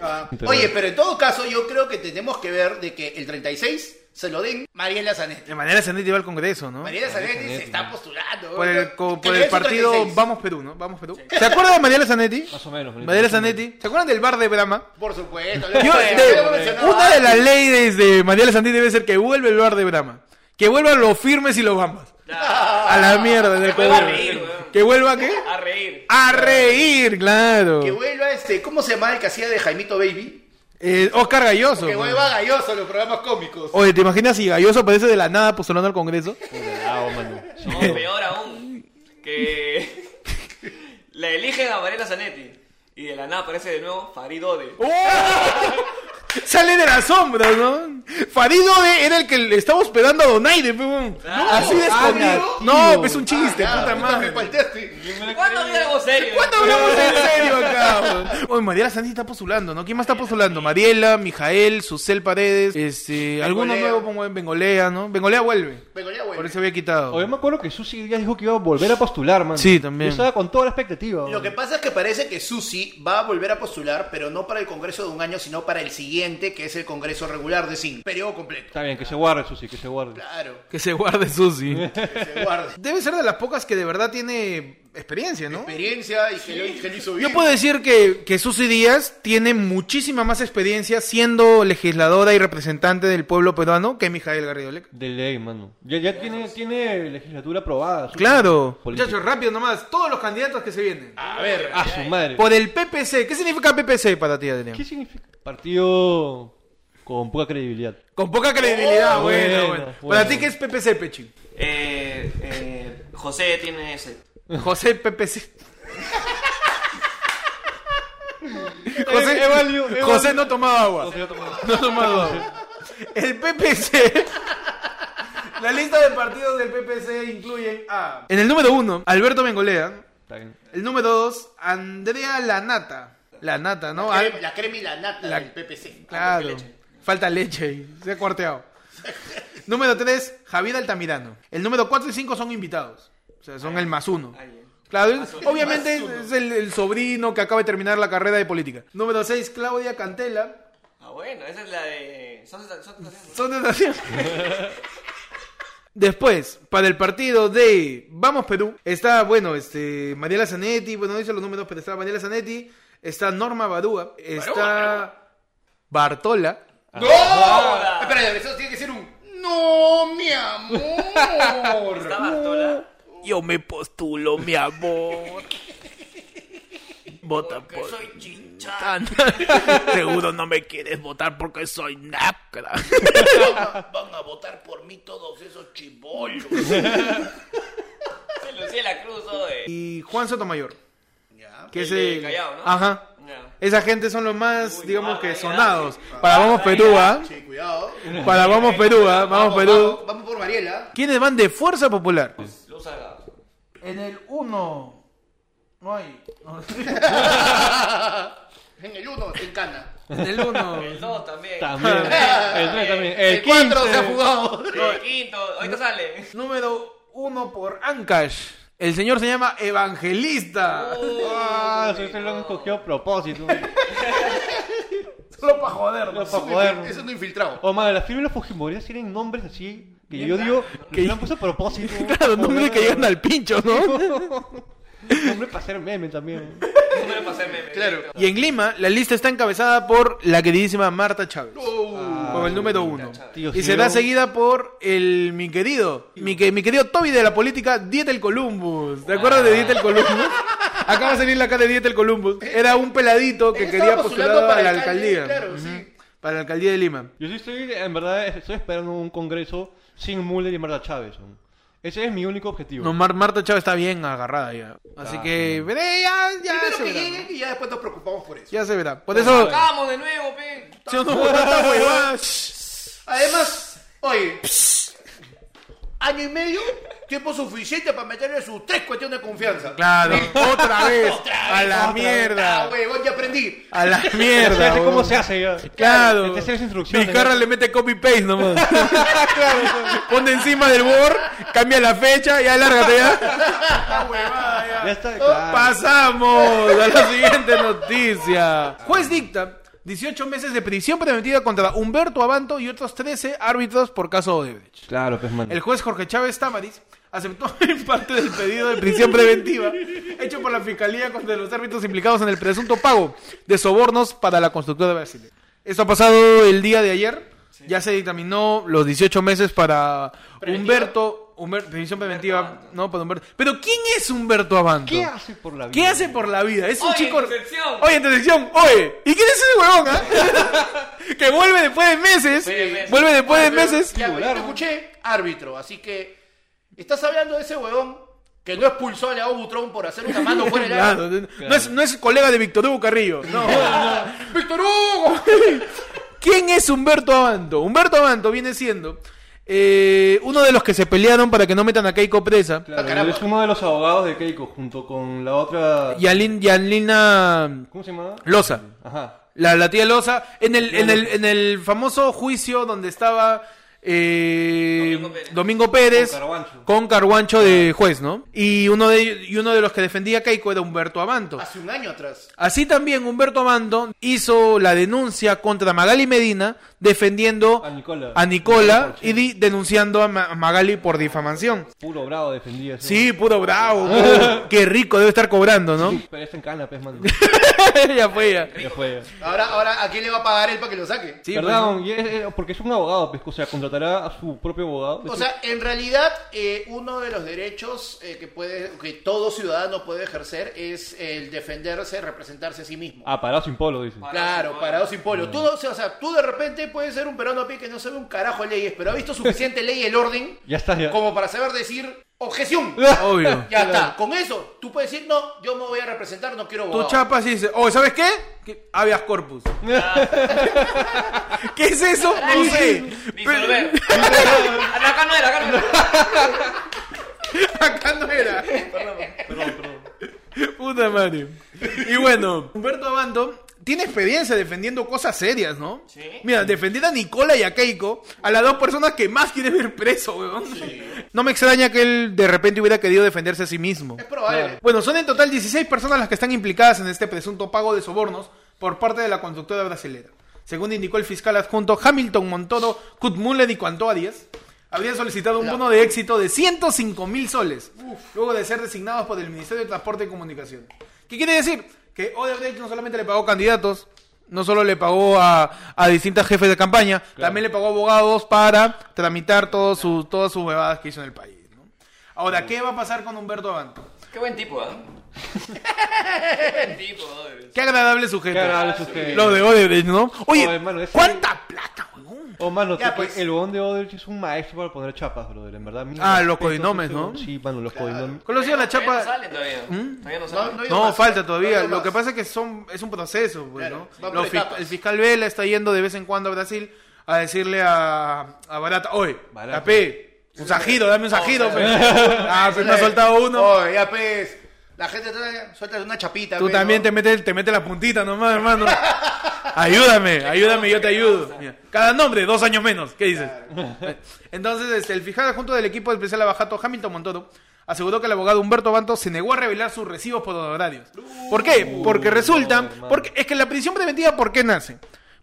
Ah,
Pero-
Oye, pero en todo caso, yo creo que tenemos que ver de que el 36 se lo den Mariela Zanetti.
De manera ascendente va al Congreso, ¿no?
Mariela Zanetti
Zanetti,
se está postulando.
Por
¿no?
el, co-
Que
por
le
el
den su
partido
36.
Vamos Perú, ¿no? Vamos Perú. ¿Se acuerdan de Mariela Zanetti?
Más o menos.
Mariela Zanetti. ¿Se acuerdan del bar de Brahma?
Por supuesto.
Yo,
Ya
de-
lo hemos mencionado
una de
antes.
las leyes de Mariela Zanetti debe ser que vuelva el bar de Brahma. Que vuelvan los firmes y los bambas. A
Ah,
la mierda del
Que vuelva a
Congreso.
reír, weón.
Que vuelva qué?
A reír.
A reír, claro.
Que vuelva este, ¿cómo se llama el que hacía de Jaimito Baby?
Eh, Oscar Galloso.
Que
weón.
vuelva galloso en los programas cómicos.
Oye, ¿te imaginas si Galloso aparece de la nada postulando al Congreso?
Ah, oh,
No, peor aún. Que. La eligen a Varela Zanetti. Y de la nada aparece de nuevo Faridode.
¡Oh! Sale de las sombras, ¿no? Farido de- era el que le estaba hospedando a Donaire, pe, weón. Así de
ah,
escondido.
tío.
No, es un chiste, puta
Ah, ya, puta, me
madre.
palteaste.
¿Cuándo viene algo serio?
¿Cuándo hablamos en serio acá, weón? Oye, Mariela Santi está postulando, ¿no? ¿Quién más está postulando? Mariela, Mijael, Susel Paredes, este, alguno
Bengolea.
nuevo como en Bengolea, ¿no? Bengolea vuelve.
Bengolea
Por
vuelve.
eso había quitado.
Oye, me acuerdo que Susi ya dijo que iba a volver a postular, man.
Sí, también.
Yo estaba con toda la expectativa.
Lo que pasa es que parece que Susi va a volver a postular, pero no para el Congreso de un año, sino para el siguiente, que es el Congreso regular de cinco. Periodo completo.
Está bien, que se guarde, Susi, que se guarde.
Claro,
Que se guarde Susi.
que se guarde.
Debe ser de las pocas que de verdad tiene experiencia, ¿no?
Experiencia y que lo, que lo hizo bien.
Yo puedo decir que, que Susi Díaz tiene muchísima más experiencia siendo legisladora y representante del pueblo peruano que Mijael Garrido Leca.
De ley, mano. Ya, ya tiene, tiene legislatura aprobada. Susi.
Claro.
Política.
Muchachos, rápido nomás. Todos los candidatos que se vienen.
A ver,
A su madre.
Por el PPC. ¿Qué significa PPC para ti, Adrián?
¿Qué significa? Partido con poca credibilidad.
Con poca credibilidad,
Oh,
bueno, bueno,
bueno, bueno.
Para ti, ¿qué es PPC, Pechi?
Eh, eh, José tiene ese.
José PPC.
Eh,
José,
eh, válido, eh,
José
válido.
no tomaba agua.
No, sí, yo tomo-
No tomado. El PPC. La lista de partidos del PPC incluyen a. En el número 1, Alberto Bengolea.
Está bien.
El número 2, Andrea Lanata. Lanata, ¿no?
la
Al-
crema- la crema y la nata
La-
del PPC.
Claro. Falta leche ahí. Se ha cuarteado. número 3, Javier Altamirano. El número 4 y 5 son invitados. O sea, son el más uno.
Ahí.
Claro, es- obviamente es el, el sobrino que acaba de terminar la carrera de política. Número 6, Claudia Cantela.
Ah, bueno, esa es la de. Son, son, son-
Son sensaciones. Después, para el partido de Vamos Perú, está, bueno, este, Mariela Zanetti, bueno, no dice los números, pero está Mariela Zanetti, está Norma Barúa, está Bartola,
¡No! Espera, eso tiene que ser un. ¡No, mi amor!
Está Bartola.
Yo me postulo, mi amor. Vota
Que
por.
soy chincha.
Seguro no me quieres votar porque soy napra.
Van a, van a votar por mí todos esos chibolos.
Se lucía la cruz, oye.
y Juan Sotomayor,
Ya.
que es
El de
el...
Callao, ¿no?
Ajá.
Ya.
Esa gente son los más,
Uy,
digamos que,
barbaridad.
sonados. Para Vamos Perú, ¿ah?
Sí, cuidado.
Para
Eh,
Vamos Perú, ¿ah? Vamos Perú.
Vamos, vamos por Mariela.
¿Quiénes van de Fuerza Popular?
Luz Salgado.
En el 1... No hay.
En el 1, en Cana.
En el 1...
El 2 también.
También. El tres también. El
4 se ha
15.
jugado.
El quinto. Ahorita sale.
Número uno por Ancash. El señor se llama Evangelista.
Oh. Uh,
Ah, eso lo han escogido a propósito.
Solo para joder.
Solo
¿no?
pa' joder.
Eso no infiltrado.
O madre, las primeras Fujimorías tienen nombres así que yo digo que lo han puesto a propósito.
Claro, nombres que llegan
Joder.
al pincho, ¿no?
Nombre para hacer meme también.
Número para hacer meme.
Claro.
Y en Lima, la lista está encabezada por la queridísima Marta Chávez.
Uh,
Con con el número uno.
Tío,
y
si
será
yo-
seguida por el mi querido, mi, que- mi querido Toby de la política, Dieter Columbus. ¿Te acuerdas de Dieter Columbus? Acaba de salir la cara de Dieter Columbus. Era un peladito que
Eh. Él
quería
estaba
postular
postulando
para la
para
alcaldía.
alcalde, claro,
Ujú.
sí.
Para la alcaldía de Lima.
Yo sí estoy, en verdad, estoy esperando un congreso sin Mulder y Marta Chávez. ¿no? Ese es mi único objetivo.
No, Mar- Marta Chávez está bien agarrada ya. Así
Ah,
que, veré, ya, ya
Primero
se
que
verá.
lleguen y ya después nos preocupamos por eso.
Ya se verá. Por eso.
¡Vamos de nuevo, pe!
si uno vota pues esta huevada, shh.
Además, oye, año y medio, tiempo suficiente para meterle sus tres cuestiones de confianza.
Claro, otra vez. A la
Ah,
mierda.
huevón, ya aprendí.
A la
Ya
mierda.
sé ¿Cómo
huevón.
se hace ya?
Claro.
Te hace las instrucciones,
Mi carro
¿no?
le mete copy paste nomás. Ponte encima del board, cambia la fecha, ya lárgate ya.
Ah, huevada, ya.
Ya está,
Ah.
claro.
Pasamos a la siguiente noticia. Juez dicta 18 meses de prisión preventiva contra Humberto Abanto y otros 13 árbitros por caso Odebrecht.
Claro, pues, man.
El juez Jorge Chávez Tamaris aceptó en parte del pedido de prisión preventiva hecho por la Fiscalía contra los árbitros implicados en el presunto pago de sobornos para la constructora de Brasil. Esto ha pasado el día de ayer. Ya se dictaminó los 18 meses para
¿Preventiva?
Humberto. Humber- prisión preventiva, no, para Humberto. Pero ¿quién es Humberto Abanto?
¿Qué hace por la vida?
¿Qué hace por la vida? Es un
Oye,
chico.
en tu sección.
Oye, en tu sección, oye. ¿Y quién es ese huevón, ah? que vuelve después de meses.
Sí, meses.
Vuelve después Pues, de
Pero,
meses.
Ya, yo te escuché, árbitro. Así que estás hablando de ese huevón que no expulsó a Leao Butrón por hacer una mano fuera del
Claro,
área.
no, no es, no es colega de Víctor Hugo Carrillo. No.
¡Víctor Hugo!
¿Quién es Humberto Abanto? Humberto Abanto viene siendo eh, uno de los que se pelearon para que no metan a Keiko presa.
Claro,
Ah, caramba.
es uno de los abogados de Keiko, junto con la otra...
Y Alin- y Alina
¿Cómo se llama?
Loza.
Ajá.
La, la tía Loza. En el, en, el, en el famoso juicio donde estaba. eh,
Domingo Pérez.
Domingo Pérez
Con Carhuancho.
con Carguancho de juez, ¿no? Y uno de ellos- y uno de los que defendía a Keiko era Humberto Abanto.
Hace un año atrás.
Así también Humberto Mando hizo la denuncia contra Magali Medina defendiendo
A Nicola.
a Nicola y di- denunciando a, Ma- a Magali por difamación.
Puro bravo defendía eso.
Sí, puro bravo. puro. Qué rico debe estar cobrando, ¿no?
Pero está en cana, pues, man.
ya fue ya.
Ya fue.
Ahora, ahora, ¿a quién le va a pagar él para que lo saque?
Sí, pues,
Perdón, y es- eh, porque es un abogado, pues, o sea, contratará a su propio abogado.
Pues
O sea, en realidad, eh, uno de los derechos eh, que puede, que todo ciudadano puede ejercer es el defenderse, representarse a sí mismo.
Ah, parado sin polo, dice.
Ah.
Claro, parado sin polo.
Mm.
Tú, no- o sea, tú de repente puedes ser un peruano a pie que no sabe un carajo de leyes, pero ha visto suficiente ley y el orden
Ya está, ya. Ah,
como para saber decir objeción.
pues, Obvio.
Ya está, con eso tú puedes decir, no, yo me voy a representar, no quiero
Tú
abogado.
chapas y dices, oh, ¿sabes qué? Que- Habeas corpus. ¿Qué es eso? No sé.
Disolver. acá no era, acá no era.
Acá no era. Puta madre. Y bueno, Humberto Abanto tiene experiencia defendiendo cosas serias, ¿no?
Sí.
Mira, defendiendo a Nicola y a Keiko, a las dos personas que más quiere ver preso, weón. No me extraña que él de repente hubiera querido defenderse a sí mismo.
Es probable.
Bueno, son en total 16 personas las que están implicadas en este presunto pago de sobornos por parte de la constructora brasilera. Según indicó el fiscal adjunto Hamilton Montoro, Kutmuller y Cuantoa Díaz, habrían solicitado un bono de éxito de 105 mil soles, luego de ser designados por el Ministerio de Transporte y Comunicación. ¿Qué quiere decir? Que Odebrecht no solamente le pagó candidatos, no solo le pagó a, a distintas jefes de campaña, también le pagó abogados para tramitar todo su, todas sus bebadas que hizo en el país. ¿no? Ahora, ¿qué va a pasar con Humberto Abanto?
Qué buen tipo, ¿ah? Qué buen tipo, ¿eh?
Qué agradable sujeto.
Qué agradable sujeto.
Lo de Odebrecht, ¿no? Oye,
Oh, hermano, ese-
¿cuánta plata, weón?
Oh, mano,
Ya,
tú que
pues.
el huevón de Odebrecht es un maestro para poner chapas, brother, en verdad. Mira,
Ah, los
respeto,
codinomes,
ese huevón.
¿no?
Sí, mano, los codinomes.
Conocido la
Todavía no
chapa.
sale todavía. Todavía no
No,
sale.
no, digo
¿Mm? No,
más.
falta
No
todavía.
digo
Lo que
más.
pasa es que son, es un proceso, pues,
Claro,
¿no?
va por
Los fis-
etapas.
el fiscal Vela está yendo de vez en cuando a Brasil a decirle a, a Barata, oye,
Barata.
la P, un sajido, dame un sajido, pe". Ah, se me ha soltado uno.
Eh, Oye, ya pues, la gente trae, suelta una chapita.
Tú
pues, ¿no?
también te metes, te metes la puntita nomás, hermano. Ayúdame, ayúdame, yo te ayudo. Mira, cada nombre, dos años menos. ¿Qué dices? Entonces, este, el fiscal adjunto del equipo especial abajato Hamilton Montoro aseguró que el abogado Humberto Banto se negó a revelar sus recibos por honorarios. ¿Por qué? Porque resulta, porque es que la prisión preventiva, ¿por qué nace?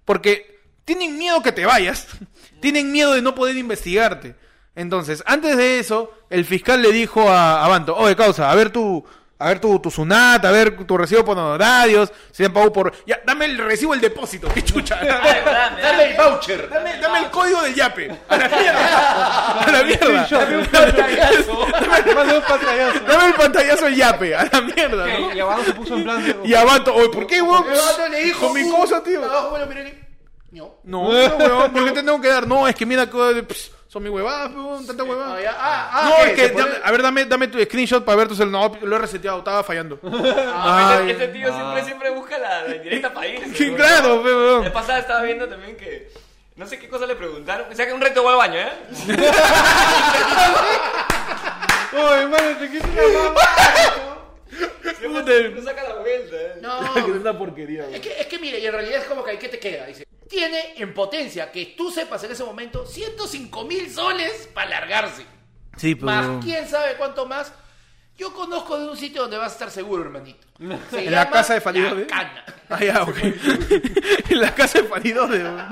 Porque tienen miedo que te vayas, tienen miedo de no poder investigarte. Entonces, antes de eso, el fiscal le dijo a, a Banto, oye, causa, a ver tú, A ver tu, tu SUNAT, a ver tu recibo por honorarios, si han pagado por... Ya, dame el recibo, el depósito, qué chucha.
Ay, verdad, me
Dame
da-
el voucher.
Dame, dame el código del yape. A la mierda. A la mierda.
Dame un pantallazo. Dame un pantallazo.
Dame el pantallazo del yape. A la mierda. ¿no?
Y abajo se puso en plan. de-
Y avanto. Oye, ¿por qué, weón?
El vato le dijo.
Con mi
uh,
cosa, tío.
Abajo, bueno, mira, le- No.
No, no, weón. ¿Por qué te tengo que dar? No, es que mira, que- pss, son mis huevadas, weón. Tanta
Ah,
huevada.
ya, ah, ah,
No,
ok,
es que,
se pone-
dame- a ver, dame, dame tu screenshot para ver tu celular. No, lo he reseteado, estaba fallando.
Ah,
Ay.
este, este tío siempre, siempre busca la, la indirecta país.
Sí, claro, pe,
La
weón.
pasada estaba viendo también que. No sé qué cosa le preguntaron. O sea, que un reto voy al baño, ¿eh?
Oye, hermano, te quise llamar.
Siempre No saca la vuelta, ¿eh?
No,
una porquería, weón.
Es que, es que mire, y en realidad es como que ahí que te queda, dice. Tiene en potencia, que tú sepas en ese momento, 105 mil soles para largarse.
Sí, pero.
Más quién sabe cuánto más. Yo conozco de un sitio donde vas a estar seguro, hermanito. Se
En la
llama
casa de Falido,
La
¿eh?
Cana.
Ah, ya, ok. en la casa de Faridode, weón.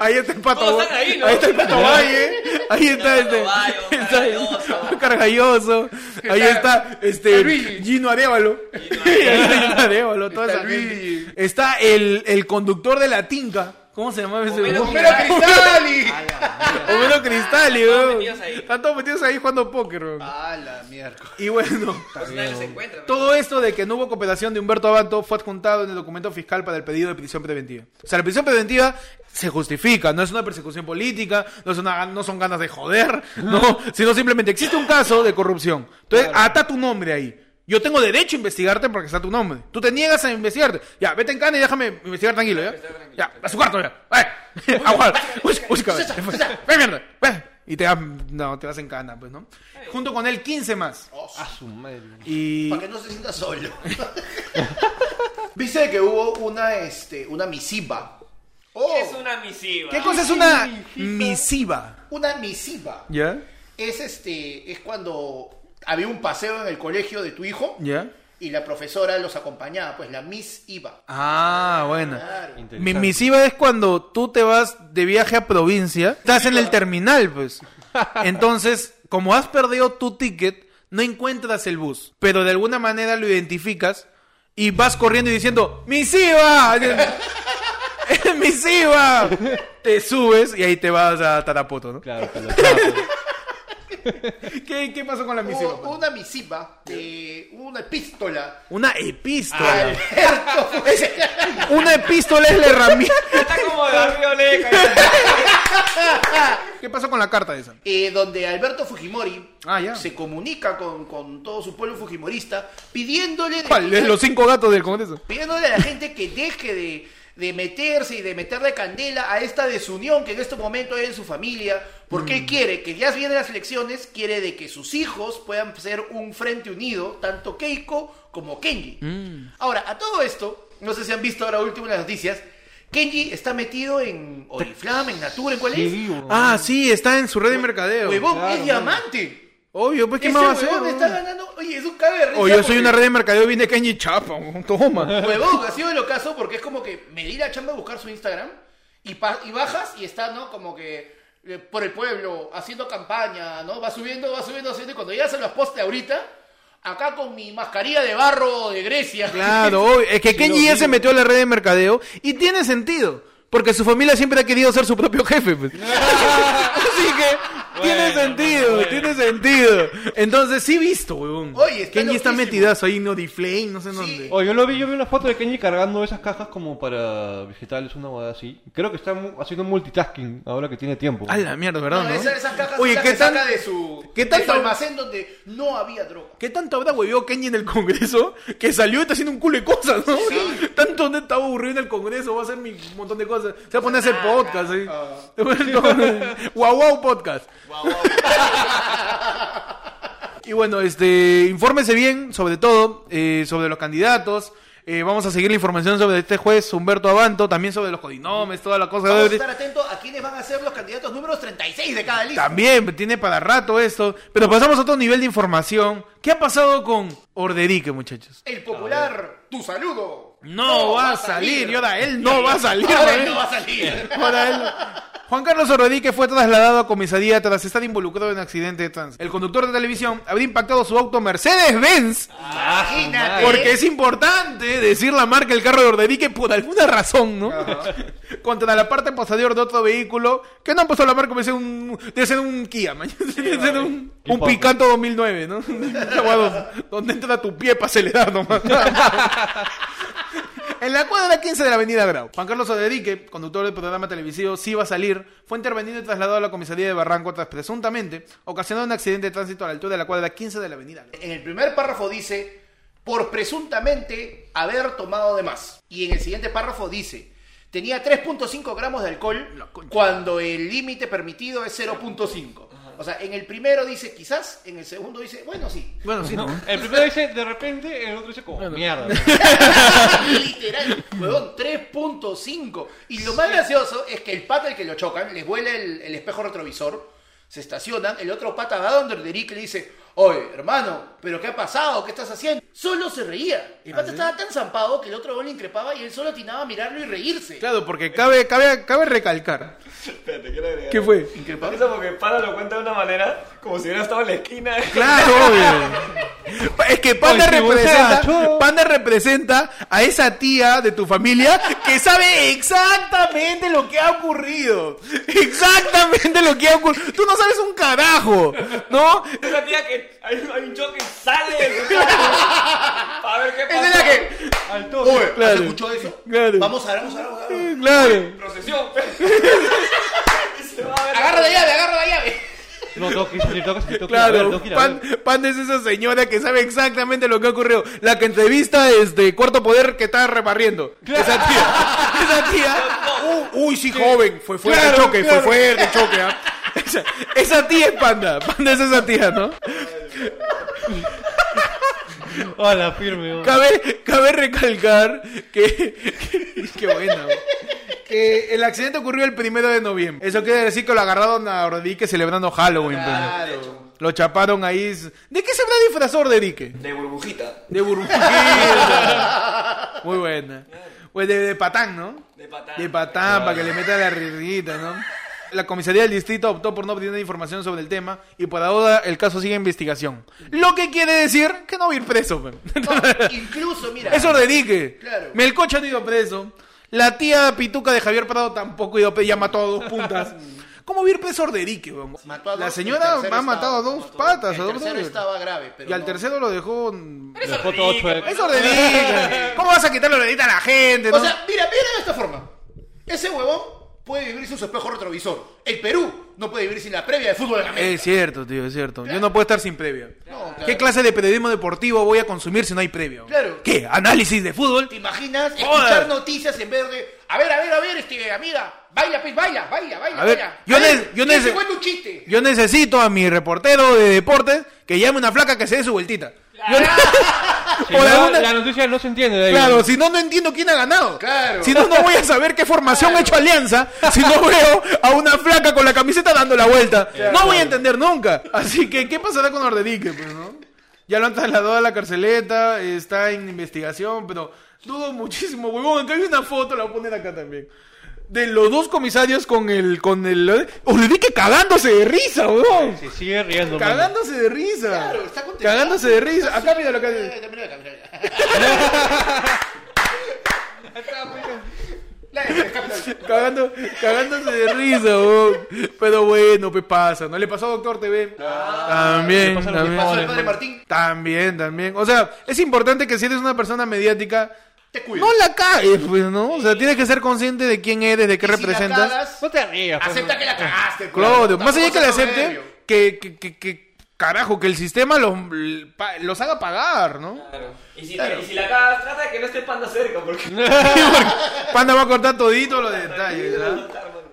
Ahí está el pato.
Todos
Bo-
están ahí, ¿no?
está el pato Valle. Ahí está
El Pato
este.
Valle, un cargalloso.
un cargalloso. Ahí está este
está Luigi.
Gino Arevalo. Gino Arevalo, toda
Está
esa gente.
Luigi.
Está el, el conductor de la tinca. ¿Cómo se llamaba ese?
Homero
weón?
¡Pero Cristali!
Homero Cristalli,
Todos
weón.
metidos ahí.
Están todos metidos ahí jugando póker, weón.
Ah.
¡A la miércoles!
Y bueno.
Pues nadie se encuentra.
Todo esto de que no hubo cooperación de Humberto Abanto fue adjuntado en el documento fiscal para el pedido de petición preventiva. O sea, la petición preventiva se justifica, no es una persecución política, no, es una- no son ganas de joder, no, sino simplemente existe un caso de corrupción. Entonces, ata tu nombre ahí. Yo tengo derecho a investigarte porque está tu nombre. Tú te niegas a investigarte. Ya, vete en cana y déjame investigar tranquilo, ¿ya? Ya, a su cuarto, ya. ¡Eh! Aguar. Uy, uy, cabrón. Ve, mierda. Ve. Y te vas, no, te vas en cana, pues, ¿no? Junto con él, 15 más.
Oh,
A "Ah, su madre.
Y...
Ah, Para que no se sienta solo. Viste que hubo una, este, una misiva. Oh,
Es una misiva.
¿Qué cosa es una misiva?
una misiva.
¿Ya?
Es este, es cuando había un paseo en el colegio de tu hijo.
¿Ya?
y la profesora los acompañaba, pues la Miss iba.
Ah, bueno.
Claro.
Mi misiva es cuando tú te vas de viaje a provincia, estás en el terminal, pues. Entonces, como has perdido tu ticket, no encuentras el bus, pero de alguna manera lo identificas y vas corriendo y diciendo, ¡Misiva! ¡Misiva! Te subes y ahí te vas a Tarapoto, ¿no?
Claro, pero claro.
¿Qué, qué pasó con la misiva?
Hubo una misiva de una epístola.
Una epístola.
Alberto,
Una epístola es la herramienta.
Está como de arriba leca.
¿Qué pasó con la carta esa?
eh, donde Alberto Fujimori
Ah, ya.
se comunica con, con todo su pueblo fujimorista pidiéndole, de-
¿Cuál? ¿De Los cinco gatos del Congreso.
pidiéndole a la gente que deje de, de meterse y de meterle candela a esta desunión que en este momento hay en su familia. Porque
Mm.
él quiere que ya vienen las elecciones, quiere de que sus hijos puedan ser un frente unido, tanto Keiko como Kenji.
Mm.
Ahora, a todo esto, no sé si han visto ahora último en las noticias, Kenji está metido en Oriflame, en Natura, ¿en cuál es?
Ah, sí, está en su red de mercadeo.
Huevón,
Claro,
es
mano.
diamante.
Obvio, pues, ¿qué
Ese
más va a hacer?
huevón está
huevón?
ganando. Oye, es un cague de risa
O yo soy
porque-
una red de mercadeo, viene Kenji Chapa, huevón, toma.
Huevón, ha sido el ocaso porque es como que me di la chamba a buscar su Instagram y, pa- y bajas y está, ¿no? Como que eh, por el pueblo, haciendo campaña, ¿no? Va subiendo, va subiendo, haciendo. Y cuando llegas a los postes ahorita, acá con mi mascarilla de barro de Grecia.
Claro, obvio. es que Kenji ya se metió a la red de mercadeo y tiene sentido. Porque su familia siempre ha querido ser su propio jefe. pues. Así que tiene
Bueno,
sentido,
bueno.
tiene sentido. Entonces sí visto, huevón.
Oye, está
Kenji está
loquísimo.
metidazo ahí en Oriflame, no sé
Sí.
dónde.
Oye, Oh, yo lo vi, yo vi una foto de Kenji cargando esas cajas como para vegetales, una boda así. Creo que está mu- haciendo multitasking ahora que tiene tiempo.
A la mierda, ¿verdad?
No,
No,
Esas, esas cajas
Oye,
esas
¿qué
que
tan,
saca de su,
qué
de
tanto-
su almacén donde no había droga.
¿Qué tanto habrá huevió Kenji en el Congreso? Que salió y está haciendo un culo de cosas, ¿no? Tanto donde estaba aburrido en el Congreso, va a hacer mi un montón de cosas. Se va a poner a hacer podcast, ¿sí? Guau guau podcast. Y bueno, este, infórmese bien, sobre todo, eh, sobre los candidatos. Eh, vamos a seguir la información sobre este juez Humberto Abanto, también sobre los codinomes, toda la cosa.
Vamos a estar atentos a quiénes van a ser los candidatos números 36 de cada lista.
También tiene para rato esto. Pero pasamos a otro nivel de información. ¿Qué ha pasado con Orderique, muchachos?
El popular, tu saludo.
No, va a salir. Y ahora él no va a salir.
Ahora
¿eh?
él no va a salir.
Ahora él no. Juan Carlos Orredique fue trasladado a comisaría tras estar involucrado en un accidente de tránsito. El conductor de televisión habría impactado su auto Mercedes-Benz Ah,
Imagínate.
porque es importante decir la marca del carro de Orderique por alguna razón, ¿no? Contra la parte posterior de otro vehículo, que no han puesto la marca, debe ser un, debe ser un Kia, man. Debe ser un, un
Hipócrita.
Picanto 2009, ¿no? Una hueá donde- donde entra tu pie para acelerar nomás. En la cuadra 15 de la avenida Grau, Juan Carlos Oderique, conductor del programa televisivo Sí va a salir, fue intervenido y trasladado a la comisaría de Barranco tras presuntamente ocasionar un accidente de tránsito a la altura de la cuadra 15 de la avenida Grau.
En el primer párrafo dice, por presuntamente haber tomado de más. Y en el siguiente párrafo dice, tenía 3.5 gramos de alcohol cuando el límite permitido es 0.5. O sea, en el primero dice quizás, en el segundo dice, bueno, sí.
Bueno, sí, ¿no?
El primero dice de repente, el otro dice como mierda.
Literal, huevón, 3.5. Y lo más gracioso es que el pata al que lo chocan, les vuela el, el espejo retrovisor, se estacionan, el otro pata va donde Derrick y le dice, oye, hermano, ¿pero qué ha pasado? ¿Qué estás haciendo? Solo se reía.
¿Ah,
El pata estaba tan zampado que el otro huevón le increpaba y él solo atinaba a mirarlo y reírse.
Claro, porque cabe, cabe, cabe recalcar.
Espérate, quiero agregar.
¿Qué fue?
Increpaba.
Eso porque Pana lo cuenta de una manera como si hubiera estado en la esquina.
Claro, obvio. Es
Pues
que Panda
Ay, qué
representa,
borracho.
Panda representa a esa tía de tu familia que sabe exactamente lo que ha ocurrido. Exactamente lo que ha ocurrido. Tú no sabes un carajo, ¿no?
Esa tía que hay, hay un choque y sale de su casa para ver qué
Esa
pasa.
es la que...
Al
Oye,
toque.
¿has
Claro.
escuchado eso?
Claro.
Vamos a ver, vamos a ver, vamos a ver.
Claro.
Procesión. y se va a ver.
Agarra la llave, agarra la llave.
No toques, le toques, le toques. a ver,
Claro,
toques, a
Pan-
ver.
Panda es esa señora que sabe exactamente lo que ha ocurrido. La que entrevista este cuarto poder que está reparriendo. Esa tía. Esa tía. Uh, uy, sí, joven. Fue fuerte el
Claro,
choque,
claro.
fue fuerte el choque. ¿ah? Esa, esa tía es Panda. Panda es esa tía, ¿no?
Hola, firme. weón.
Cabe, cabe recalcar que. que- Qué buena, güey. Que el accidente ocurrió el primero de noviembre. Eso quiere decir que lo agarraron a Orderique celebrando Halloween. pues. Lo chaparon ahí. ¿De qué se habrá disfrazado Orderique?
De burbujita.
De burbujita. Muy buena. Pues de, de patán, ¿no?
De patán.
De patán, para que le meta la rirrita, ¿no? La comisaría del distrito optó por no obtener información sobre el tema y por ahora el caso sigue en investigación. Lo que quiere decir que no va a ir preso. pe.
No, incluso, mira.
Eso dedique.
Claro.
Melcocha no ha ido preso. La tía pituca de Javier Prado tampoco ha ido preso. Ya mató a dos puntas. ¿Cómo va a ir preso Orderique? weón?
Mató a
La
dos,
señora
el tercero
ha matado a
estaba-
dos patas.
El
a dos
tercero
dedos.
estaba grave, pero
y al
no.
tercero lo dejó
Dejó todo chueco.
es ordenita. ¿Cómo vas a quitarle ordenita a la gente?
O
no?
sea, mira, mira de esta forma. Ese huevón puede vivir sin su espejo retrovisor. El Perú no puede vivir sin la previa de fútbol en América.
es cierto, tío, es cierto. Yo no puedo estar sin previa.
No, claro.
¿Qué clase de periodismo deportivo voy a consumir si no hay previa?
Claro.
¿Qué? ¿Análisis de fútbol?
¿Te imaginas
Joder.
escuchar noticias en vez de a ver, a ver, a ver, este amiga, baila, pues baila, baila, baila,
A ver,
baila.
yo
A
ne-
ver,
yo
¿quién
nece-
se cuenta un chiste?
Yo necesito a mi reportero de deportes que llame una flaca que se dé su vueltita. Yo ne-
Si
Por
no,
alguna-
La noticia no se entiende. de ahí.
Claro, si no, no entiendo quién ha ganado.
Claro.
Si no, no voy a saber qué formación ha hecho Alianza si no veo a una flaca con la camiseta dando la vuelta. No voy a entender nunca. Así que, ¿qué pasará con Ordenique? Pues, ¿no? Ya lo han trasladado a la carceleta, está en investigación, pero dudo muchísimo, huevón. Acá hay una foto, la voy a poner acá también. De los dos comisarios con el... Con el Ordenique cagándose de risa, huevón.
Se sigue riendo. mano.
Cagándose de risa.
Claro, está contento.
Cagándose de risa. Acá mira lo que hace.
Eh, mira acá, mira acá. La de-
Cagando, cagándose de risa, weón. Pero bueno, pues pasa. ¿No le pasó a Doctor TV?
Ah,
le
También,
pasó lo que
también.
Pasó el
Pobre
padre
Martín.
Martín,
También, también. O sea, es importante que si eres una persona mediática,
te cuido.
no la cagues, pues, ¿no? O sea, tienes que ser consciente de quién eres, de qué representas.
No te rías. pues,
acepta
no.
que la cagaste. pues.
Claro, más allá
Tampoco
que le
seas
acepte,
soberbio.
que, que, que, que- carajo, que el sistema los, l- pa- los haga pagar, ¿no?
Claro. Y si, y si la cagas, trata de que no esté panda cerca porque
Panda va a cortar todito los detalles, ¿verdad?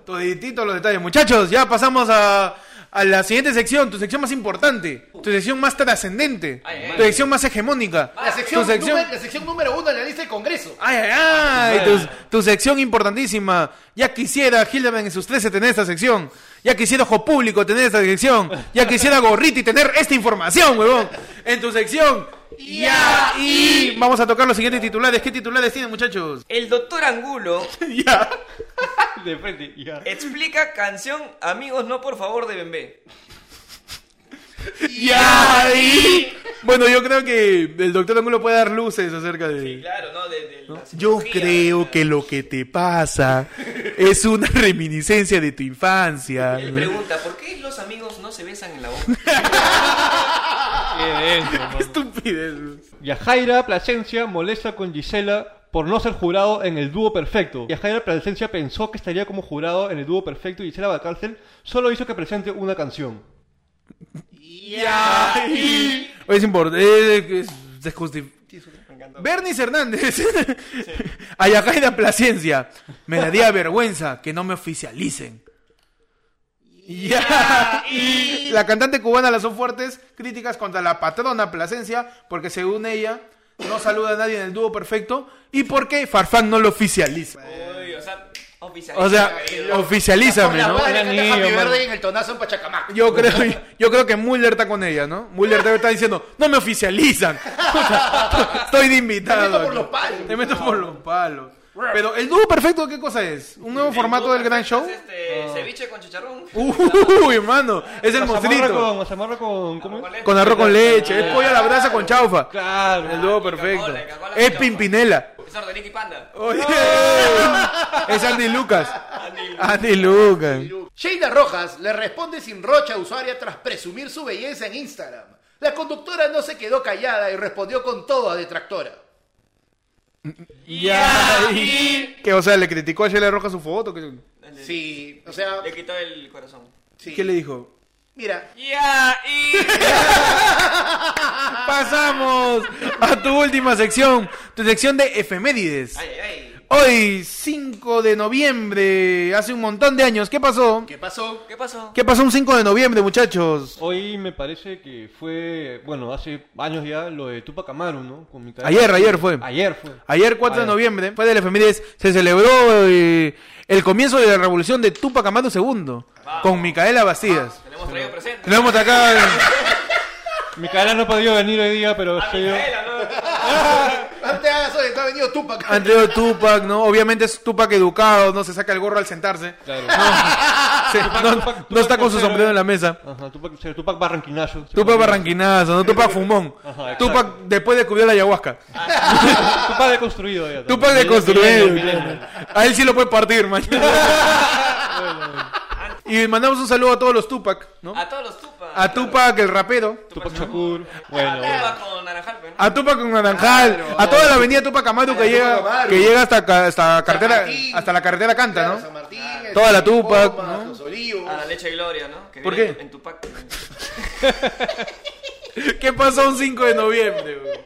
Toditito los detalles. Muchachos, ya pasamos a, a la siguiente sección, tu sección más importante, tu sección más trascendente,
Ay, ay,
tu sección más hegemónica.
Ah,
Ah,
La sección,
tu sección...
número, la sección número uno de la lista del Congreso.
Ay, ay, ay, tu, tu sección importantísima. Ya quisiera Hildebrand en sus 13 tener esta sección. Ya quisiera Ojo Público tener esta sección. Ya quisiera Gorriti tener esta información, huevón. En tu sección. Ya y vamos a tocar los siguientes titulares. ¿Qué titulares tienen, muchachos?
El doctor Angulo
Ya.
De frente, ya.
Explica canción Amigos No Por Favor de Bembé.
¡Ya! ahí. Bueno, yo creo que el doctor Angulo puede dar luces acerca de...
Claro, ¿no? De, de la
Yo
cirugía,
creo
la-
que lo que te pasa es una reminiscencia de tu infancia.
Él
¿no?
pregunta, ¿por qué los amigos no se besan en la boca?
Qué denso, mano.
Estupidez.
Yajaira Plasencia molesta con Gisela por no ser jurado en el dúo perfecto. Yajaira Plasencia pensó que estaría como jurado en el dúo perfecto y Gisela Valcárcel solo hizo que presente una canción.
Ya.
Ay. Oye, es
eh,
importante. Se justi-
Me encantó.
Bernis Hernández. Ayacaida Plasencia. Me daría vergüenza que no me oficialicen. Ya. Y la cantante cubana lanzó fuertes críticas contra la patrona Plasencia porque según ella no saluda a nadie en el dúo perfecto y porque Farfán no lo oficializa.
Uy, o sea, oficializa,
O sea,
querido.
oficialízame,
La
¿no?
huevada que
Era
canta
niño,
Happy
mano.
Birthday en el tonazo en Pachacamac.
Yo creo, yo creo que Muller está con ella, ¿no? Muller debe estar diciendo, no me oficializan. O sea, estoy de invitado.
Te meto por
aquí.
los palos.
Te meto por los palos. Pero el dúo perfecto, ¿qué cosa es? ¿Un nuevo
El
formato
dúo
del gran show?
perfecto es Este, Ceviche con chicharrón.
Uy, hermano, es el
Mazamorra
monstruito.
con- Mazamorra con... ¿cómo es?
Con arroz con leche, es
Ah,
pollo a la brasa con chaufa.
Claro.
El dúo
Coca-Cola,
perfecto.
Coca-Cola con
Es
chaufa.
Pimpinela.
Es Ordenik y Panda.
Oye, es Andy Lucas.
Andy.
Andy Lucas.
Sheila Rojas le responde sin rocha a usuaria tras presumir su belleza en Instagram. La conductora no se quedó callada y respondió con todo a detractora.
Ya. Que, o sea, le criticó a Sheila Roja su foto. que-
Dale.
Sí, o sea,
Le quitó el corazón.
sí.
¿Qué le dijo?
Mira,
Ya, y...
Pasamos a tu última sección, tu sección de efemérides.
Ay, ay, ay.
Hoy, 5 de noviembre, hace un montón de años, ¿qué pasó?
¿qué pasó?
¿Qué pasó?
¿Qué pasó un 5 de noviembre, muchachos?
Hoy me parece que fue, bueno, hace años ya, lo de Tupac Amaru, ¿no? Con mi tarea.
Ayer, ayer fue.
Ayer fue.
Ayer, 4 de
Ayer.
noviembre, fue de la efemérides, se celebró eh, el comienzo de la revolución de Tupac Amaru II, con Micaela Bastidas.
Tenemos traído presente.
Tenemos acá...
Micaela no ha podido venir hoy día, pero
A
se dio-
Micaela, ¿no?
No te hagas oye, no ha venido Tupac.
Ah.
Han traído Tupac, ¿no? Obviamente es Tupac educado, no se saca el gorro al sentarse.
Claro.
Se- no, no está con su sombrero en la mesa.
Ajá, Tupac, se- Tupac Barranquinazo. Se
Tupac
podría-
Barranquinazo, no Tupac Fumón.
Ajá, exacto.
Tupac después descubrió la ayahuasca.
Tupac deconstruido. ya también.
Tupac
Milenio,
deconstruido.
milenio, milenio.
A él sí lo puede partir, mañana. Y mandamos un saludo a todos los Tupac, ¿no?
A todos los Tupac.
A Tupac el rapero,
Tupac Shakur. Bueno,
Tupac con Naranjal, pues, ¿no?
a Tupac con Naranjal,
Claro.
a toda la avenida Tupac Amaru que
Tupac
llega,
Amaru.
que llega hasta, ca- hasta, carretera,
Martín.
hasta la carretera canta,
Claro,
¿no?
San Martín, este,
Toda la Tupac,
Comas,
¿no?
Los Olivos.
A la leche de gloria, ¿no? Que
¿Por
viene
qué?
En Tupac.
¿Qué pasó un 5 de noviembre? güey?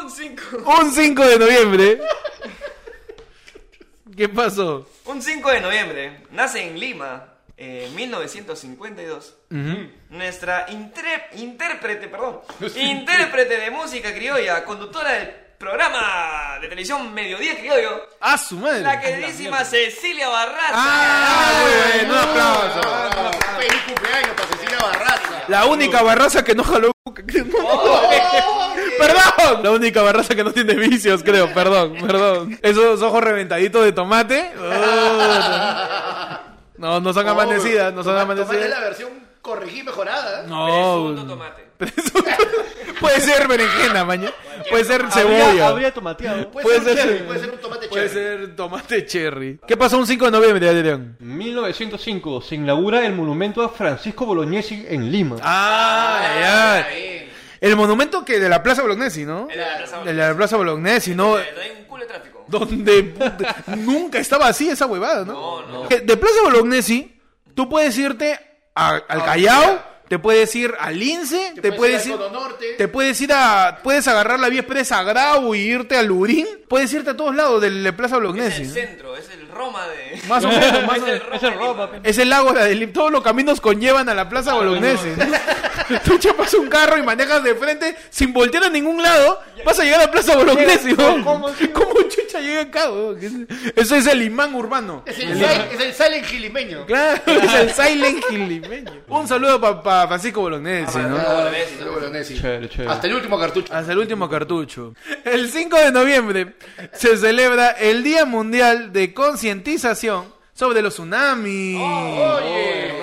Un 5.
Un 5 de noviembre. ¿Qué pasó?
Un 5 de noviembre. Nace en Lima, eh, en 1952. Nuestra intre- intérprete, perdón. intérprete de música criolla, conductora del programa de televisión Mediodía Criollo.
Ah, su madre.
La queridísima Cecilia Barraza.
Ah, muy bien, un aplauso.
Ah, Feliz cumpleaños para Cecilia Barraza.
La única barraza que no jaló. Oh, Perdón. La única barraza que no tiene vicios, creo. Perdón, perdón. Esos ojos reventaditos de tomate. Oh, no, no son amanecidas, no son
Toma- tomate
amanecidas.
la versión corregí mejorada.
Presunto
No.
tomate.
Puede ser berenjena, mañana. Puede ser
habría,
cebolla. Pues-
habría tomateado.
Puede
Puede,
ser-
ser, un cherry, puede ser un tomate
Puede
cherry.
ser tomate cherry. ¿Qué pasó un 5 de noviembre, Adrián?
1905 se inaugura el monumento a Francisco Bolognesi en Lima.
Ah, ya.
Está bien.
El monumento que de la Plaza Bolognesi, ¿no?
El de la Plaza
De la Plaza Bolognesi, ¿no?
Eh, no hay un culo de tráfico.
Donde puta, nunca estaba así esa huevada, ¿no?
No, no.
Que De Plaza Bolognesi, tú puedes irte a- al Callao, te puedes ir al Lince, te, puedes ir.
al Cono Norte.
Te puedes ir a. Puedes agarrar la vía expresa a Grau y irte al Lurín. Puedes irte a todos lados del de Plaza
Es
Bolognesi.
el
¿no?
centro, es el Roma de.
Más o menos, más o menos.
Es el Roma, pe.
Es el lago, la del- todos los caminos conllevan a la Plaza Bolognesi. ¿no? Tú chapas un carro y manejas de frente sin voltear a ningún lado, vas a llegar a la Plaza Bolognesi.
¿cómo,
¿no? ¿Cómo,
sí?
chucha chucha llega acá, weón? ¿Qué es- Eso es el imán urbano.
Es el, sil- es el silent gilimeño.
Claro, es el silent gilimeño. Un saludo para Francisco Bolognese, Ah, ¿no?
Bolognesi, Bolognesi.
Chévere, chévere.
Hasta el último cartucho.
Hasta el último cartucho. El 5 de noviembre se celebra el Día Mundial de Concientización sobre los tsunamis.
Oh. Oye.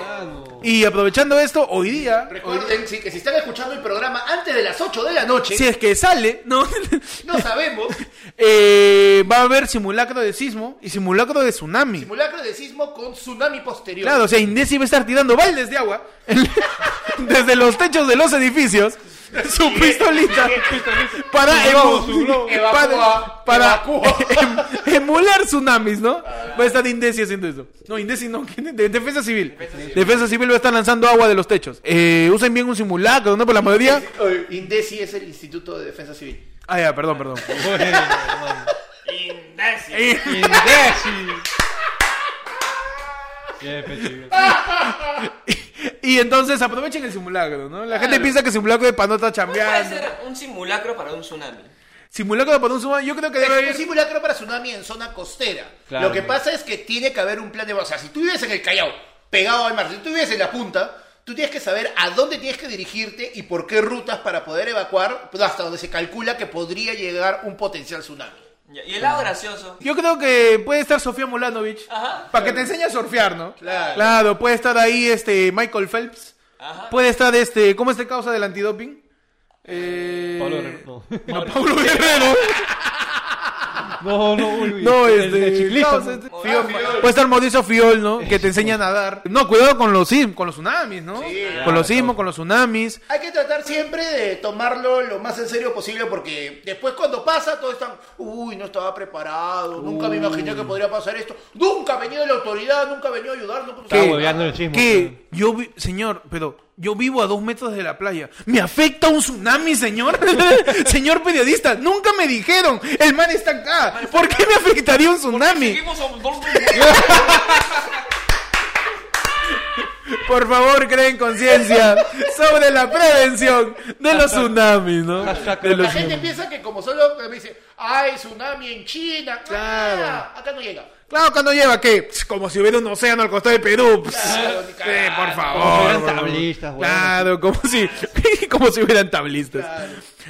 Y aprovechando esto, hoy día,
Recuerden sí, que si están escuchando el programa antes de las 8 de la noche,
si es que sale, ¿no?
no sabemos.
Eh, va a haber simulacro de sismo y simulacro de tsunami.
Simulacro de sismo con tsunami posterior.
Claro, o sea, Indesi va a estar tirando baldes de agua en- desde los techos de los edificios. Su pistolita para,
globo,
emu-
su globo.
para,
Evacúa,
para
evacúa.
em- emular tsunamis, ¿no? Va a estar Indesi haciendo eso. No, Indesi no, ¿quién es? De- Defensa Civil. Defensa Civil. va a estar lanzando agua de los techos. Eh, usen bien un simulacro, ¿no? Por la mayoría.
Oye, Indesi es el Instituto de Defensa Civil.
Ah, ya, perdón, perdón.
Indeci.
Bien, pe, chévere.
Y entonces aprovechen el simulacro, ¿no? La gente piensa que simulacro es para no estar
Puede
chambeando.
ser un simulacro para un tsunami.
Simulacro para un tsunami, yo creo que debe
Es un
haber...
simulacro para tsunami en zona costera.
Claro.
Lo que pasa es que tiene que haber un plan de... O sea, si tú vives en el Callao, pegado al mar, si tú vives en la punta, tú tienes que saber a dónde tienes que dirigirte y por qué rutas para poder evacuar pues, hasta donde se calcula que podría llegar un potencial tsunami.
Ya, Y el lado gracioso.
Yo creo que puede estar Sofía Molanovich.
Ajá.
Para que te enseñe a surfear, ¿no?
Claro.
Claro, puede estar ahí este Michael Phelps.
Ajá.
Puede estar este. ¿Cómo es el causa del antidoping? Eh...
Pablo Guerrero,
No, Pablo Guerrero.
No, no, uy, uy.
No,
El-
este.
el ciclista,
causa,
¿no?
este,
Ah,
Fiol. Puede estar Mauricio Fiol, ¿no? Que te enseña a nadar. No, cuidado con los sim- con los tsunamis, ¿no? con los sismos, con los tsunamis.
Hay que tratar siempre de tomarlo lo más en serio posible porque después cuando pasa todos están, uy, no estaba preparado, nunca me imaginé que podría pasar esto, nunca ha venido la autoridad, nunca ha venido a ayudar, nunca...
Estaba hueveando el chismo.
Que yo vi- señor, pero yo vivo a dos metros de la playa. ¿Me afecta un tsunami, señor? señor periodista, nunca me dijeron. El mar está acá. ¿Por qué me afectaría un tsunami?
Seguimos a un
Por favor, creen conciencia sobre la prevención de los tsunamis, ¿no?
Hashtag
De los
La gente piensa que como solo me dice, ay, tsunami en China, ah,
Claro.
acá no llega.
Claro, cuando lleva que como si hubiera un océano al costado de Perú. Pss,
Claro, ni
eh,
cagando.
por
Como si
favor.
hubieran
por favor.
tablistas, weón.
Claro, como si, como si hubieran tablistas.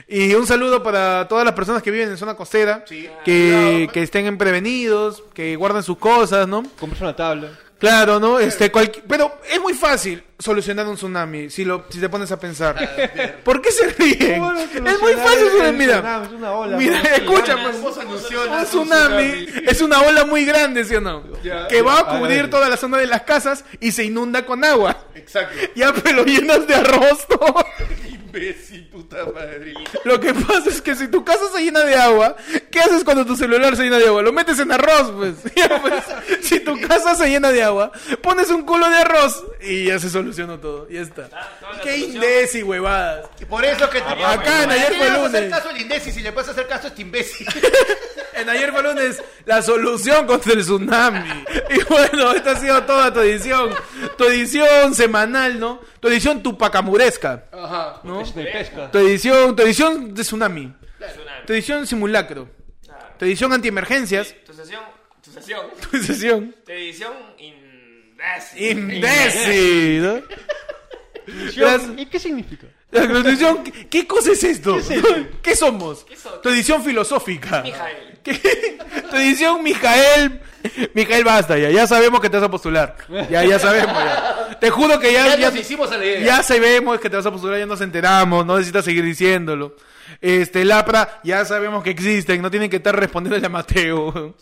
Y un saludo para todas las personas que viven en zona costera,
Sí.
que,
Cuidado.
que estén prevenidos, que guarden sus cosas, ¿no?
Compras una tabla.
Claro, ¿no? Este, cualqui- Pero es muy fácil solucionar un tsunami si, lo, si te pones a pensar. ¿Por qué se ríen?
¿Cómo lo
Es muy
solucionar?
fácil.
Es
solucionar-
un
Mira,
tsunami, es una ola,
mira,
¿no?
escucha,
Ah,
pues,
¿Cómo se
un
soluciona?
tsunami es una ola muy grande, ¿sí o no?
Ya.
que va a
A
cubrir
ver.
toda la zona de las casas y se inunda con agua.
Exacto.
Ya, pero llenas de arroz, ¿no?
Imbécil, puta madre.
Lo que pasa es que si tu casa se llena de agua, ¿qué haces cuando tu celular se llena de agua? Lo metes en arroz, pues. Ya, pues, si tu casa se llena de agua, pones un culo de arroz y ya se solucionó todo. Ya está.
toda la
Qué
solución.
indeci, huevadas.
Y por eso que...
Ah, Acá, en ayer
¿Qué
fue
le vas a hacer
lunes.
caso al indeci? Si le puedes hacer caso a este imbécil.
En ayer fue lunes, la solución contra el tsunami. Y bueno, esta ha sido toda tu edición. Tu edición semanal, ¿no? Tu edición tupacamuresca,
Ajá.
¿no?
Es de pesca.
Tu edición, tu edición de tsunami.
tsunami.
Tu edición simulacro.
Claro.
Tu edición antiemergencias.
Tu sesión. Tu sesión.
Tu edición
Tu edición. Indeci.
Imbécil, ¿no? Gracias.
¿Y qué significa?
La constitución, ¿qué- ¿qué cosa es esto? ¿Qué, somos?
somos?
Tu edición filosófica.
Mijael.
¿Qué? Tu edición, Mijael. Mijael, basta ya. Ya sabemos que te vas a postular. Ya, ya sabemos. ya. Te juro que ya,
Ya
ya,
nos hicimos a la idea.
ya sabemos que te vas a postular. Ya nos enteramos. No necesitas seguir diciéndolo. Este, Lapra, ya sabemos que existen. No tienen que estar respondiéndole a Mateo.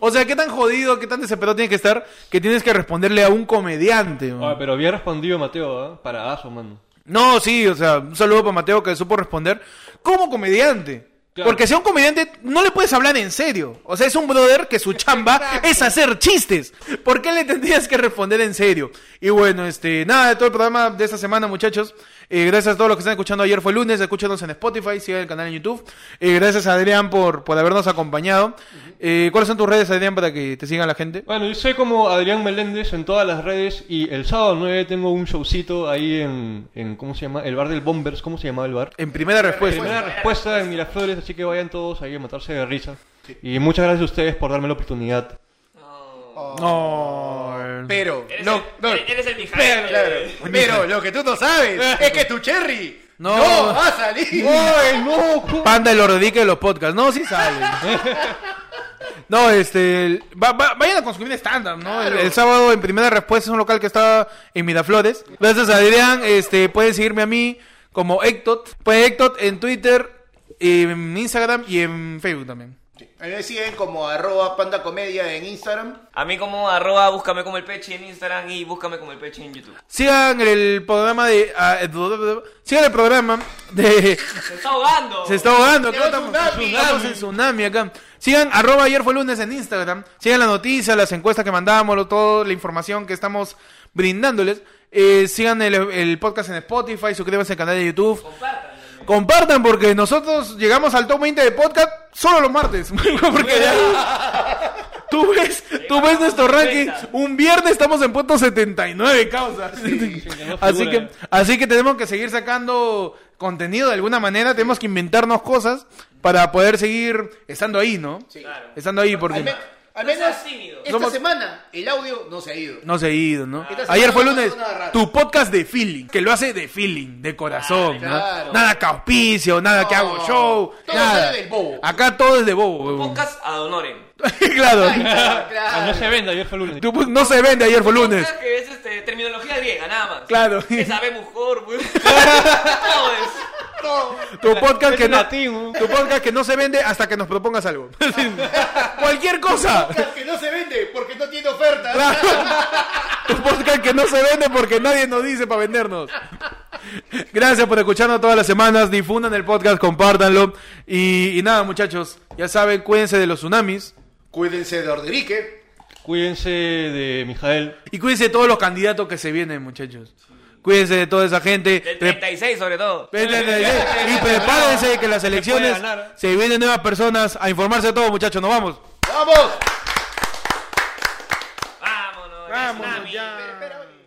O sea, qué tan jodido, qué tan desesperado tienes que estar que tienes que responderle a un comediante. ¿no?
Oye, Ah, pero bien respondido Mateo, ¿ah? Para aso, mano.
No, sí, o sea, un saludo para Mateo que supo responder como comediante.
Claro.
Porque si a un comediante no le puedes hablar en serio. O sea, es un brother que su chamba es hacer chistes. ¿Por qué le tendrías que responder en serio? Y bueno, este, nada, todo el programa de esta semana, muchachos. Eh, gracias a todos los que están escuchando ayer fue lunes, escúchanos en Spotify, sigan el canal en YouTube. Eh, gracias a Adrián por, por habernos acompañado. Eh, ¿Cuáles son tus redes, Adrián, para que te sigan la gente?
Bueno, yo soy como Adrián Meléndez en todas las redes y el sábado 9 tengo un showcito ahí en, en ¿cómo se llama? El bar del Bombers, ¿cómo se llamaba el bar?
En primera respuesta.
Primera respuesta en Miraflores, así que vayan todos ahí a matarse de risa. Y muchas gracias a ustedes por darme la oportunidad.
Oh,
No.
Pero,
Eres
no,
el,
no.
eres el Mijail.
Pero, claro, pero lo que tú no sabes es que tu cherry
No.
no, va a salir.
¡Ay, no! ¿cómo?
Panda el ordique de los podcasts. No, sí sale. No, este, el- va- va- vayan a consumir estándar, ¿no? El- El, sábado en primera respuesta es un local que está en Miraflores. Gracias a Adrián, este, pueden seguirme a mí como Ectot. Pueden Ectot en Twitter, en Instagram y en Facebook también.
A mí me siguen como arroba panda comedia en Instagram.
A mí como arroba búscame como el peche en Instagram y búscame como el peche en YouTube.
Sigan el programa de, ah, eh, sigan el programa de
Se está ahogando.
Se está ahogando, acá
Llegó
estamos,
tsunami.
estamos en tsunami acá. Sigan arroba ayer fue lunes en Instagram. Sigan las noticias, las encuestas que mandamos, lo- toda la información que estamos brindándoles. Eh, sigan el, el podcast en Spotify, suscríbanse al canal de YouTube.
Compartan.
Compartan porque nosotros llegamos al top 20 de podcast solo los martes. porque ya- Tú ves, tú ves nuestro ranking. Un viernes estamos en puesto 79, causa. así, que, así que tenemos que seguir sacando contenido de alguna manera. Tenemos que inventarnos cosas para poder seguir estando ahí, ¿no?
Claro.
Estando ahí
Al,
porque
me- al
No
menos
seas tímido.
esta
Somos-
semana el audio no se ha ido.
no se ha ido, ¿no?
Esta semana
Ayer fue
no pasó
lunes.
nada raro.
Tu podcast de feeling, que lo hace de feeling, de corazón, ¿no?
claro.
Nada que auspicio, nada que hago
No,
show,
todo
nada.
sale del bobo.
Acá todo es de bobo. huevón.
Podcast ad honorem.
Ahí
claro.
está,
Ah,
claro.
no se venda, ayer fue lunes.
Tu podcast no se vende ayer fue lunes.
Podcast que es este, terminología griega, nada más.
Claro.
Que sabe mejor, güey. Todo eso.
Tu podcast
Es
que no,
latín, ¿no?
tu podcast que no se vende hasta que nos propongas algo. Cualquier cosa.
Que no se vende porque no tiene oferta.
Claro. Tu podcast que no se vende porque nadie nos dice para vendernos. Gracias por escucharnos todas las semanas. Difundan el podcast, compártanlo. Y, y nada, muchachos, ya saben, cuídense de los tsunamis.
Cuídense de Orderique.
Cuídense de Mijael.
Y cuídense de todos los candidatos que se vienen, muchachos. Cuídense de toda esa gente.
Del
Pre-
36 sobre todo.
Y prepárense que las elecciones
puede ganar.
se vienen nuevas personas a informarse de todo, muchachos. Nos vamos.
¡Vamos!
Vámonos. tsunami.
Ah.
Espera, espera.